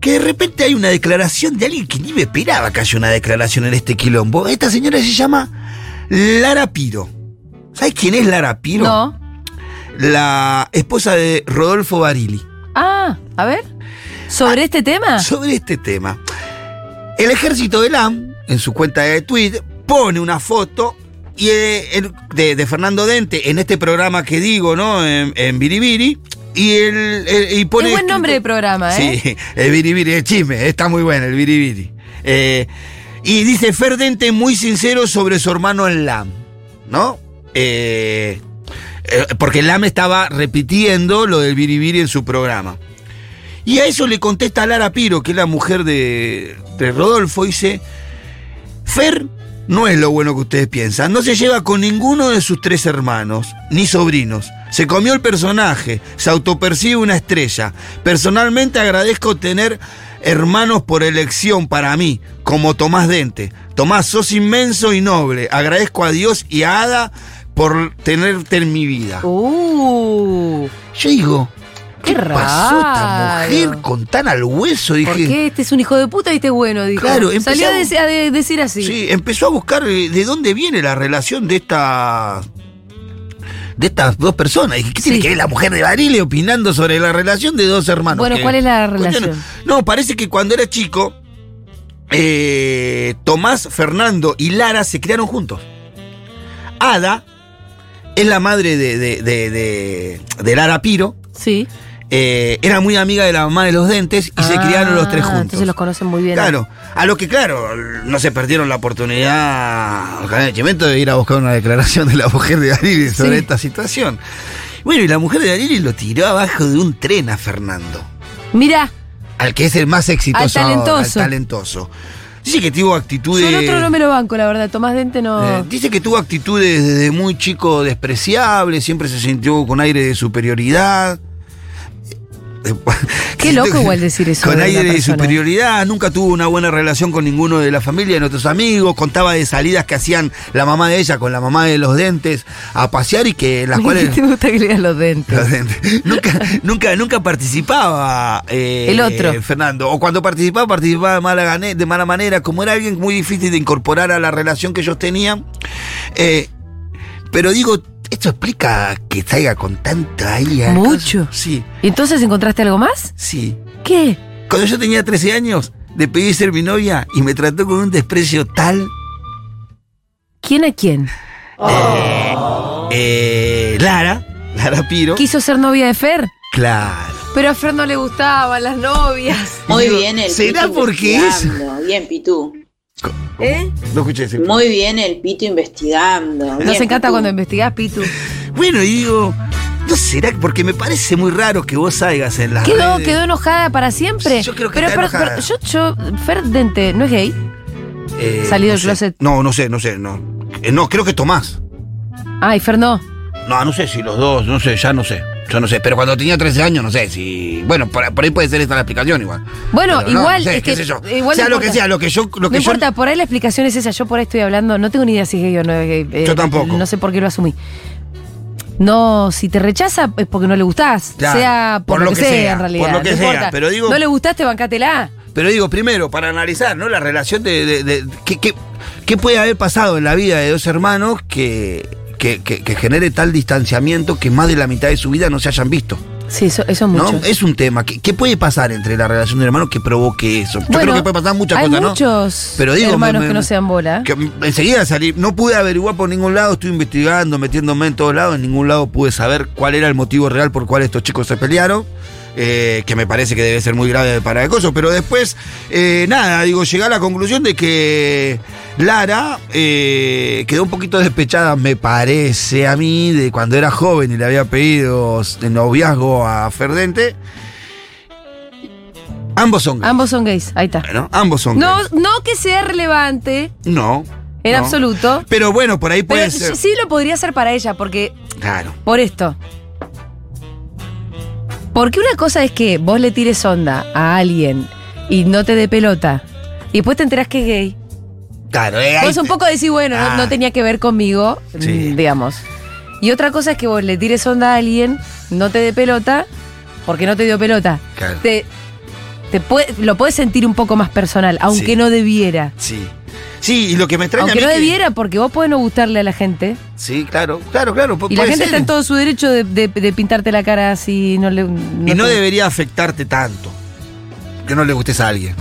Speaker 1: Que de repente hay una declaración de alguien que ni me esperaba que haya una declaración en este quilombo. Esta señora se llama Lara Piro. ¿Sabes quién es Lara Piro?
Speaker 2: No.
Speaker 1: La esposa de Rodolfo Barili.
Speaker 2: Ah, a ver. ¿Sobre este tema?
Speaker 1: Sobre este tema. El ejército de LAM, en su cuenta de Twitter, pone una foto y, eh, el- de, de Fernando Dente en este programa que digo, ¿no? En, en Biribiri. Y, el, el- y pone.
Speaker 2: Es buen nombre de programa, ¿eh?
Speaker 1: Sí, el biribiri, el chisme, está muy bueno el biribiri. Eh, y dice Fer Dente muy sincero sobre su hermano en LAM, ¿no? Eh, eh, porque LAM estaba repitiendo lo del biribiri en su programa. Y a eso le contesta Lara Piro, que es la mujer de, de Rodolfo, dice, Fer no es lo bueno que ustedes piensan, no se lleva con ninguno de sus tres hermanos, ni sobrinos. Se comió el personaje, se autopercibe una estrella. Personalmente agradezco tener hermanos por elección para mí, como Tomás Dente. Tomás, sos inmenso y noble. Agradezco a Dios y a Ada por tenerte en mi vida. Yo digo,
Speaker 2: Uh.
Speaker 1: ¿qué,
Speaker 2: Qué
Speaker 1: pasó esta
Speaker 2: raro.
Speaker 1: mujer con tan al hueso? Dije,
Speaker 2: ¿Por qué este es un hijo de puta y este es bueno? Dijo.
Speaker 1: Claro, empecé
Speaker 2: Salió a,
Speaker 1: a-
Speaker 2: dec- a de- decir así.
Speaker 1: Sí, empezó a buscar eh, de dónde viene la relación de esta. De estas dos personas. Dije, ¿Qué tiene que ver la mujer de Barile opinando sobre la relación de dos hermanos?
Speaker 2: Bueno,
Speaker 1: Que-
Speaker 2: ¿cuál es la
Speaker 1: Cuestión-
Speaker 2: relación? Ah,
Speaker 1: No, parece que cuando era chico, eh, Tomás, Fernando y Lara se criaron juntos. Ada es la madre de, de- de- de- de Lara Piro. Eh,
Speaker 2: Sí.
Speaker 1: era muy amiga de la mamá de los dentes y se criaron los tres
Speaker 2: Ah,
Speaker 1: juntos.
Speaker 2: Entonces los conocen muy bien.
Speaker 1: Claro, a lo que claro, no se perdieron la oportunidad al canal de Chimento de ir a buscar una declaración de la mujer de Darili sobre esta situación. Bueno, y la mujer de Darili lo tiró abajo de un tren a Fernando,
Speaker 2: Mira,
Speaker 1: al que es el más exitoso,
Speaker 2: Al talentoso.
Speaker 1: ahora, al talentoso. Dice que tuvo
Speaker 2: yo
Speaker 1: actitudes
Speaker 2: el otro no me lo banco, la verdad. Tomás Dente no.
Speaker 1: eh, dice que tuvo actitudes desde muy chico despreciables, siempre se sintió con aire de superioridad.
Speaker 2: Qué loco igual decir eso
Speaker 1: Con
Speaker 2: de una
Speaker 1: aire de
Speaker 2: persona.
Speaker 1: superioridad, nunca tuvo una buena relación con ninguno de la familia, de nuestros amigos, contaba de salidas que hacían la mamá de ella con la mamá de los dentes a pasear y que las cuales...
Speaker 2: ¿Te gusta que le digan los dentes?
Speaker 1: Los dentes. Nunca, nunca, nunca participaba eh,
Speaker 2: El otro.
Speaker 1: Fernando. O cuando participaba, participaba de mala, gane- de mala manera. Como era alguien muy difícil de incorporar a la relación que ellos tenían. Eh, pero digo, esto explica que salga con tanta ahí. ¿eh?
Speaker 2: Mucho.
Speaker 1: Sí,
Speaker 2: ¿Y entonces encontraste algo más?
Speaker 1: sí.
Speaker 2: ¿Qué?
Speaker 1: Cuando yo tenía 13 años, le pedí ser mi novia y me trató con un desprecio tal.
Speaker 2: ¿Quién a quién?
Speaker 1: eh, Lara, Lara Piro.
Speaker 2: Quiso ser novia de Fer,
Speaker 1: Claro.
Speaker 2: pero a Fer no le gustaban las novias.
Speaker 1: Muy bien, el ¿Será Pitu porque es?
Speaker 20: Bien, Pitu.
Speaker 2: ¿Eh?
Speaker 1: No escuché ese.
Speaker 20: Muy bien el Pitu investigando. Bien,
Speaker 2: Nos encanta
Speaker 20: Pitu.
Speaker 2: cuando investigás, Pitu.
Speaker 1: Bueno, y digo, ¿no será? Porque me parece muy raro que vos salgas en las
Speaker 2: Quedó,
Speaker 1: redes.
Speaker 2: quedó enojada para siempre. Yo creo
Speaker 1: que está enojada.
Speaker 2: yo, yo, Fer Dente, ¿no es gay?
Speaker 1: Eh,
Speaker 2: salido
Speaker 1: no
Speaker 2: del
Speaker 1: sé.
Speaker 2: closet.
Speaker 1: No, no sé, no sé, no. Eh, no, creo que Tomás.
Speaker 2: Ay, Fer no.
Speaker 1: No, no sé si los dos, no sé, ya no sé. Yo no sé, pero cuando tenía 13 años, no sé si. Bueno, por, por ahí puede ser esta la explicación igual.
Speaker 2: Bueno,
Speaker 1: Pero no,
Speaker 2: igual.
Speaker 1: no sé,
Speaker 2: es
Speaker 1: qué
Speaker 2: que,
Speaker 1: sé yo.
Speaker 2: igual
Speaker 1: sea
Speaker 2: no
Speaker 1: lo que
Speaker 2: importa.
Speaker 1: sea, lo que yo. Lo que
Speaker 2: no
Speaker 1: yo
Speaker 2: importa, por ahí la explicación es esa. Yo por ahí estoy hablando, no tengo ni idea si es gay o no es gay. eh,
Speaker 1: Yo tampoco.
Speaker 2: No sé por qué lo asumí. No, si te rechaza es porque no le gustás.
Speaker 1: Claro,
Speaker 2: sea por, lo, que, sea, en realidad.
Speaker 1: por lo que
Speaker 2: no
Speaker 1: sea,
Speaker 2: importa.
Speaker 1: pero digo-
Speaker 2: No le gustaste, bancátela.
Speaker 1: Pero digo, primero, para analizar, ¿no? La relación de. de- de- ¿qué, qué, qué puede haber pasado en la vida de dos hermanos que, que, que- que genere tal distanciamiento que más de la mitad de su vida no se hayan visto?
Speaker 2: Sí, eso, eso es mucho.
Speaker 1: ¿No? Es un tema. ¿Qué, qué puede pasar entre la relación de hermanos que provoque eso? Yo
Speaker 2: Bueno,
Speaker 1: creo que puede pasar muchas
Speaker 2: hay
Speaker 1: cosas, ¿no?
Speaker 2: muchos
Speaker 1: Pero digo,
Speaker 2: hermanos
Speaker 1: me-
Speaker 2: que no sean bola.
Speaker 1: Que enseguida salí, no pude averiguar por ningún lado, estoy investigando, metiéndome en todos lados, en ningún lado pude saber cuál era el motivo real por cual estos chicos se pelearon. eh, que me parece que debe ser muy grave para el coso, pero después, eh, nada, digo, llegué a la conclusión de que Lara eh, quedó un poquito despechada, me parece a mí, de cuando era joven y le había pedido de noviazgo a Ferdente. Ambos son gays,
Speaker 2: Ambos son gays, ahí está.
Speaker 1: ¿no? Ambos son
Speaker 2: No,
Speaker 1: gays.
Speaker 2: no que sea relevante
Speaker 1: No.
Speaker 2: en
Speaker 1: no.
Speaker 2: absoluto.
Speaker 1: Pero bueno, por ahí puede
Speaker 2: Pero
Speaker 1: ser.
Speaker 2: sí lo podría hacer para ella, porque
Speaker 1: Claro.
Speaker 2: Por esto. Porque una cosa es que vos le tires onda a alguien y no te dé pelota y después te enterás que es gay
Speaker 1: Claro, eh, ahí- Ah,
Speaker 2: Vos un poco decís, bueno, no- no, tenía que ver conmigo,
Speaker 1: Sí.
Speaker 2: mm, digamos. Y otra cosa es que vos le tires onda a alguien, no te dé pelota, porque no te dio pelota.
Speaker 1: Claro.
Speaker 2: Te, te puede- lo puedes sentir un poco más personal, aunque
Speaker 1: Sí.
Speaker 2: no debiera.
Speaker 1: Sí. Sí, y lo que me extraña
Speaker 2: aunque
Speaker 1: a mí
Speaker 2: no
Speaker 1: que-
Speaker 2: debiera, porque vos podés no gustarle a la gente.
Speaker 1: Sí, claro, claro, claro. pu-
Speaker 2: Y la
Speaker 1: puede
Speaker 2: gente
Speaker 1: ser.
Speaker 2: está en todo su derecho de, de- de pintarte la cara así. No le, no
Speaker 1: Y no
Speaker 2: te-
Speaker 1: debería afectarte tanto. Que no le gustes a alguien.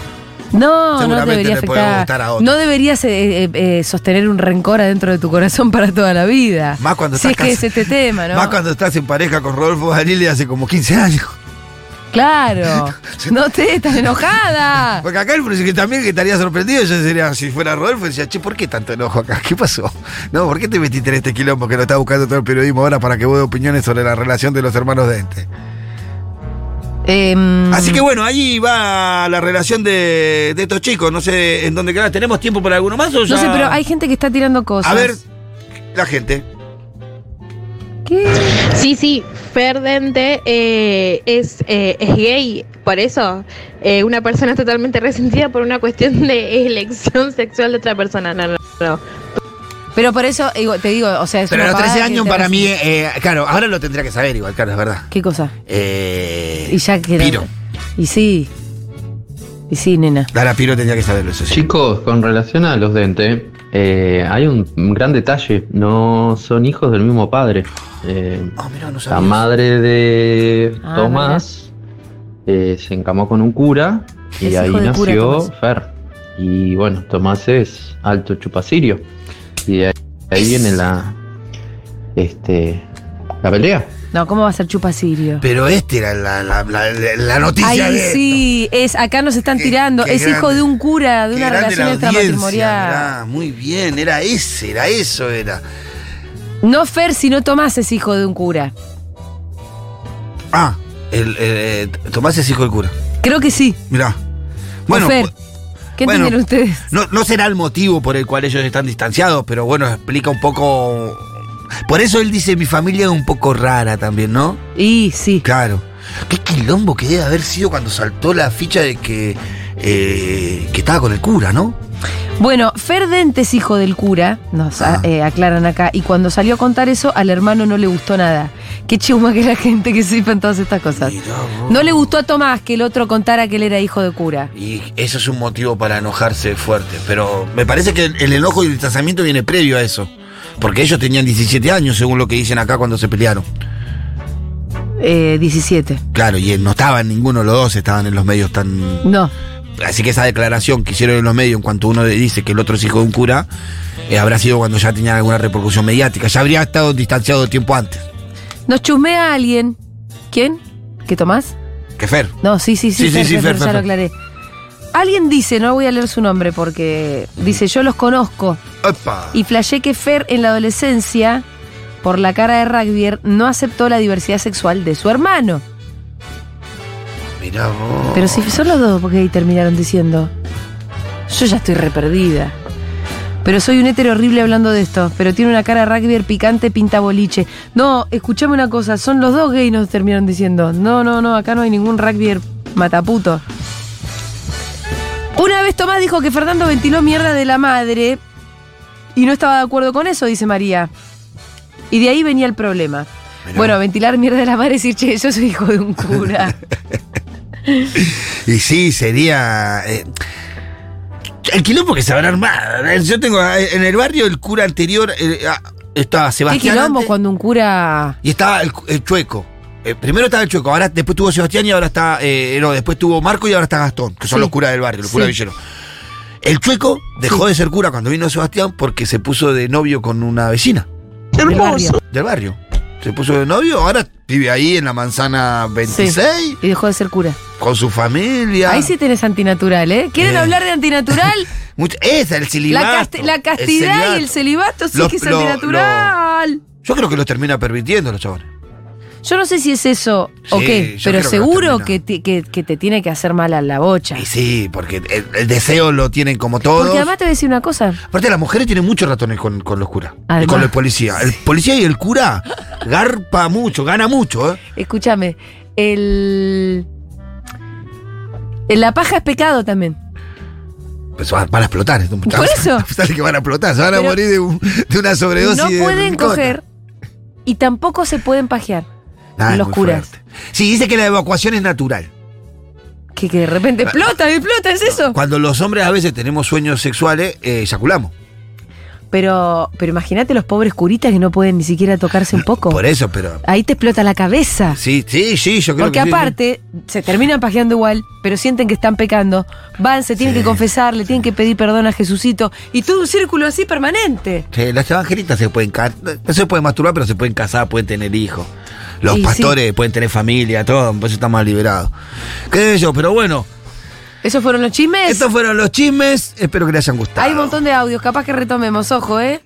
Speaker 2: No, no
Speaker 1: Seguramente
Speaker 2: debería
Speaker 1: le puede
Speaker 2: afectar.
Speaker 1: gustar a otro.
Speaker 2: No deberías eh, eh, eh, sostener un rencor adentro de tu corazón para toda la vida.
Speaker 1: Más cuando
Speaker 2: si es
Speaker 1: estás
Speaker 2: que es
Speaker 1: cas-
Speaker 2: este tema, ¿no?
Speaker 1: Más cuando estás en pareja con Rodolfo Danile hace como 15 años.
Speaker 2: Claro. no te estás enojada.
Speaker 1: Porque acá el que también que estaría sorprendido, yo sería, si fuera Rodolfo, decía, che, ¿por qué tanto enojo acá? ¿Qué pasó? No, ¿por qué te metiste en este quilombo que lo está buscando todo el periodismo ahora para que vos dé opiniones sobre la relación de los hermanos Dente?
Speaker 2: Em,
Speaker 1: Así que bueno, ahí va la relación de, de estos chicos. No sé en dónde queda. ¿Tenemos tiempo para alguno más o ya?
Speaker 2: No sé, pero hay gente que está tirando cosas.
Speaker 1: A ver, la gente.
Speaker 21: Sí, sí, Ferdente eh, es, eh, es gay, por eso eh, una persona es totalmente resentida por una cuestión de elección sexual de otra persona. No, no, no.
Speaker 2: Pero por eso digo- te digo, o sea, es
Speaker 1: Pero a
Speaker 2: una
Speaker 1: los
Speaker 2: pavada
Speaker 1: 13
Speaker 2: que
Speaker 1: años
Speaker 2: te
Speaker 1: para
Speaker 2: hagas-
Speaker 1: mí, eh, claro, ahora lo tendría que saber igual, claro, es verdad.
Speaker 2: ¿Qué cosa?
Speaker 1: Eh,
Speaker 2: Y ya que.
Speaker 1: Piro.
Speaker 2: Y sí. Y sí, nena.
Speaker 1: Dara Piro tendría que saberlo, eso sí.
Speaker 22: Chicos, con relación a los dentes, eh, hay un un gran detalle. No son hijos del mismo padre. Eh, la madre de
Speaker 23: Ah,
Speaker 22: Tomás eh, se encamó con un cura
Speaker 23: Es
Speaker 22: y ahí
Speaker 23: hijo de cura,
Speaker 22: nació
Speaker 23: Tomás.
Speaker 22: Fer. Y bueno, Tomás es alto chupacirio. Y de ahí, de ahí viene la, este, la pelea.
Speaker 2: No, ¿cómo va a ser chupasirio?
Speaker 1: Pero este era la, la- la- la- la noticia
Speaker 2: Ay,
Speaker 1: de.
Speaker 2: sí, es, acá nos están tirando.
Speaker 1: qué
Speaker 2: es hijo
Speaker 1: grande.
Speaker 2: de un cura, de una
Speaker 1: Grande la
Speaker 2: relación
Speaker 1: audiencia,
Speaker 2: extramatrimonial.
Speaker 1: mirá, muy bien, era ese, era eso, era.
Speaker 2: No Fer, sino Tomás es hijo de un cura.
Speaker 1: Ah, el, eh, Tomás es hijo del cura.
Speaker 2: Creo que sí.
Speaker 1: Mirá.
Speaker 2: O
Speaker 1: Bueno,
Speaker 2: Fer.
Speaker 1: pu-
Speaker 2: ¿Qué
Speaker 1: bueno,
Speaker 2: entendieron ustedes?
Speaker 1: no, no será el motivo por el cual ellos están distanciados, pero bueno, explica un poco. Por eso él dice: mi familia es un poco rara también, ¿no?
Speaker 2: Y sí.
Speaker 1: Claro. Qué quilombo que debe haber sido cuando saltó la ficha de que. eh, que estaba con el cura, ¿no?
Speaker 2: Bueno, Fer Dente es hijo del cura, nos
Speaker 1: Ah.
Speaker 2: a- eh, aclaran acá, y cuando salió a contar eso, al hermano no le gustó nada. Qué chuma que la gente que se en todas estas cosas. No le gustó a Tomás que el otro contara que él era hijo de cura.
Speaker 1: Y eso es un motivo para enojarse fuerte. Pero me parece que el, el enojo y el distanciamiento viene previo a eso. Porque ellos tenían 17 años, según lo que dicen acá cuando se pelearon.
Speaker 2: Eh, 17.
Speaker 1: Claro, y él no estaban ninguno de los dos, estaban en los medios tan.
Speaker 2: No.
Speaker 1: Así que esa declaración que hicieron en los medios en cuanto uno dice que el otro es hijo de un cura, eh, habrá sido cuando ya tenían alguna repercusión mediática. Ya habría estado distanciado tiempo antes.
Speaker 2: Nos chusmea a alguien. ¿Quién? ¿Qué Tomás?
Speaker 1: Que Fer.
Speaker 2: No, sí, sí, sí,
Speaker 1: Sí, sí,
Speaker 2: Fer,
Speaker 1: sí,
Speaker 2: Fer,
Speaker 1: Fer,
Speaker 2: Fer,
Speaker 1: Fer,
Speaker 2: ya lo
Speaker 1: Fer.
Speaker 2: aclaré. Alguien dice, no voy a leer su nombre porque dice, yo los conozco.
Speaker 1: ¡Opa!
Speaker 2: Y flashé que Fer en la adolescencia, por la cara de Rugbier, no aceptó la diversidad sexual de su hermano.
Speaker 1: Mirá vos.
Speaker 2: Pero si son los dos porque ahí terminaron diciendo, yo ya estoy re perdida. Pero soy un hétero horrible hablando de esto, pero tiene una cara de Rugbier picante, pinta boliche. No, escuchame una cosa, son los dos gays nos terminaron diciendo. No, no, no, acá no hay ningún Rugbier mataputo. Una vez Tomás dijo que Fernando ventiló mierda de la madre y no estaba de acuerdo con eso, dice María. Y de ahí venía el problema. Bueno, ventilar mierda de la madre es decir, che, yo soy hijo de un cura.
Speaker 1: Y sí, sería. eh, el quilombo que se habrá armado. Eh, Yo tengo eh, en el barrio el cura anterior, eh, ah, estaba
Speaker 2: ¿Qué
Speaker 1: Sebastián.
Speaker 2: quilombo
Speaker 1: antes,
Speaker 2: cuando un cura...
Speaker 1: y estaba el, cu- el chueco. Eh, primero estaba el chueco, ahora después tuvo Sebastián y ahora está. eh, no, después tuvo Marco y ahora está Gastón, que son
Speaker 2: Sí.
Speaker 1: los curas del barrio, los curas
Speaker 2: Sí.
Speaker 1: villeros. El chueco dejó de ser cura cuando vino Sebastián porque se puso de novio con una vecina.
Speaker 2: barrio.
Speaker 1: Del barrio. Se puso de novio, ahora vive ahí en la manzana 26
Speaker 2: Sí, y dejó de ser cura.
Speaker 1: con su familia.
Speaker 2: Ahí sí tenés antinatural, ¿eh? ¿Quieren
Speaker 1: Eh.
Speaker 2: hablar de antinatural?
Speaker 1: Mucho- esa, el
Speaker 2: la,
Speaker 1: celibato.
Speaker 2: casti- la
Speaker 1: el
Speaker 2: castidad
Speaker 1: celibato.
Speaker 2: y el celibato sí
Speaker 1: Los-
Speaker 2: que es
Speaker 1: lo-
Speaker 2: antinatural.
Speaker 1: Yo creo que los termina permitiendo los chavales.
Speaker 2: Yo no sé si es eso o
Speaker 1: Sí,
Speaker 2: qué, pero
Speaker 1: yo creo que no
Speaker 2: seguro que, te- que- que te tiene que hacer mal a la bocha.
Speaker 1: Y sí, porque el, el deseo lo tienen como todos.
Speaker 2: Porque además te voy a decir una cosa.
Speaker 1: Aparte, las mujeres tienen muchos ratones con, con los curas.
Speaker 2: Además.
Speaker 1: Y con el policía. El policía y el cura garpa mucho, gana mucho, ¿eh?
Speaker 2: Escúchame, el... el- La paja es pecado también.
Speaker 1: pues van van a explotar.
Speaker 2: Por eso.
Speaker 1: Sale que van a explotar, se van a
Speaker 2: Pero-
Speaker 1: morir de, un- de una sobredosis.
Speaker 2: No
Speaker 1: de
Speaker 2: pueden
Speaker 1: Rubicona.
Speaker 2: coger y tampoco se pueden pajear.
Speaker 1: Ah, es
Speaker 2: los
Speaker 1: muy
Speaker 2: curas.
Speaker 1: fuerte. Sí, dice que la evacuación es natural.
Speaker 2: Que, que de repente explota, explota, es eso.
Speaker 1: Cuando los hombres a veces tenemos sueños sexuales, eh, eyaculamos.
Speaker 2: Pero, pero imagínate los pobres curitas que no pueden ni siquiera tocarse un poco.
Speaker 1: Por eso, pero.
Speaker 2: Ahí te explota la cabeza.
Speaker 1: Sí, sí, sí, yo creo
Speaker 2: Porque
Speaker 1: que sí,
Speaker 2: aparte, se terminan pajeando igual, pero sienten que están pecando. Van, se tienen que confesar, le tienen que pedir perdón a Jesucito. Y todo un círculo así permanente.
Speaker 1: Sí, las evangelistas se pueden ca- no se pueden masturbar, pero se pueden casar, pueden tener hijos. Los
Speaker 2: Y sí.
Speaker 1: pastores pueden tener familia, todo, por eso están más liberados. ¿Qué sé yo? Pero bueno,
Speaker 2: ¿Esos fueron los chismes?
Speaker 1: estos fueron los chismes, espero que les hayan gustado.
Speaker 2: Hay un montón de audios, capaz que retomemos, ojo, ¿eh?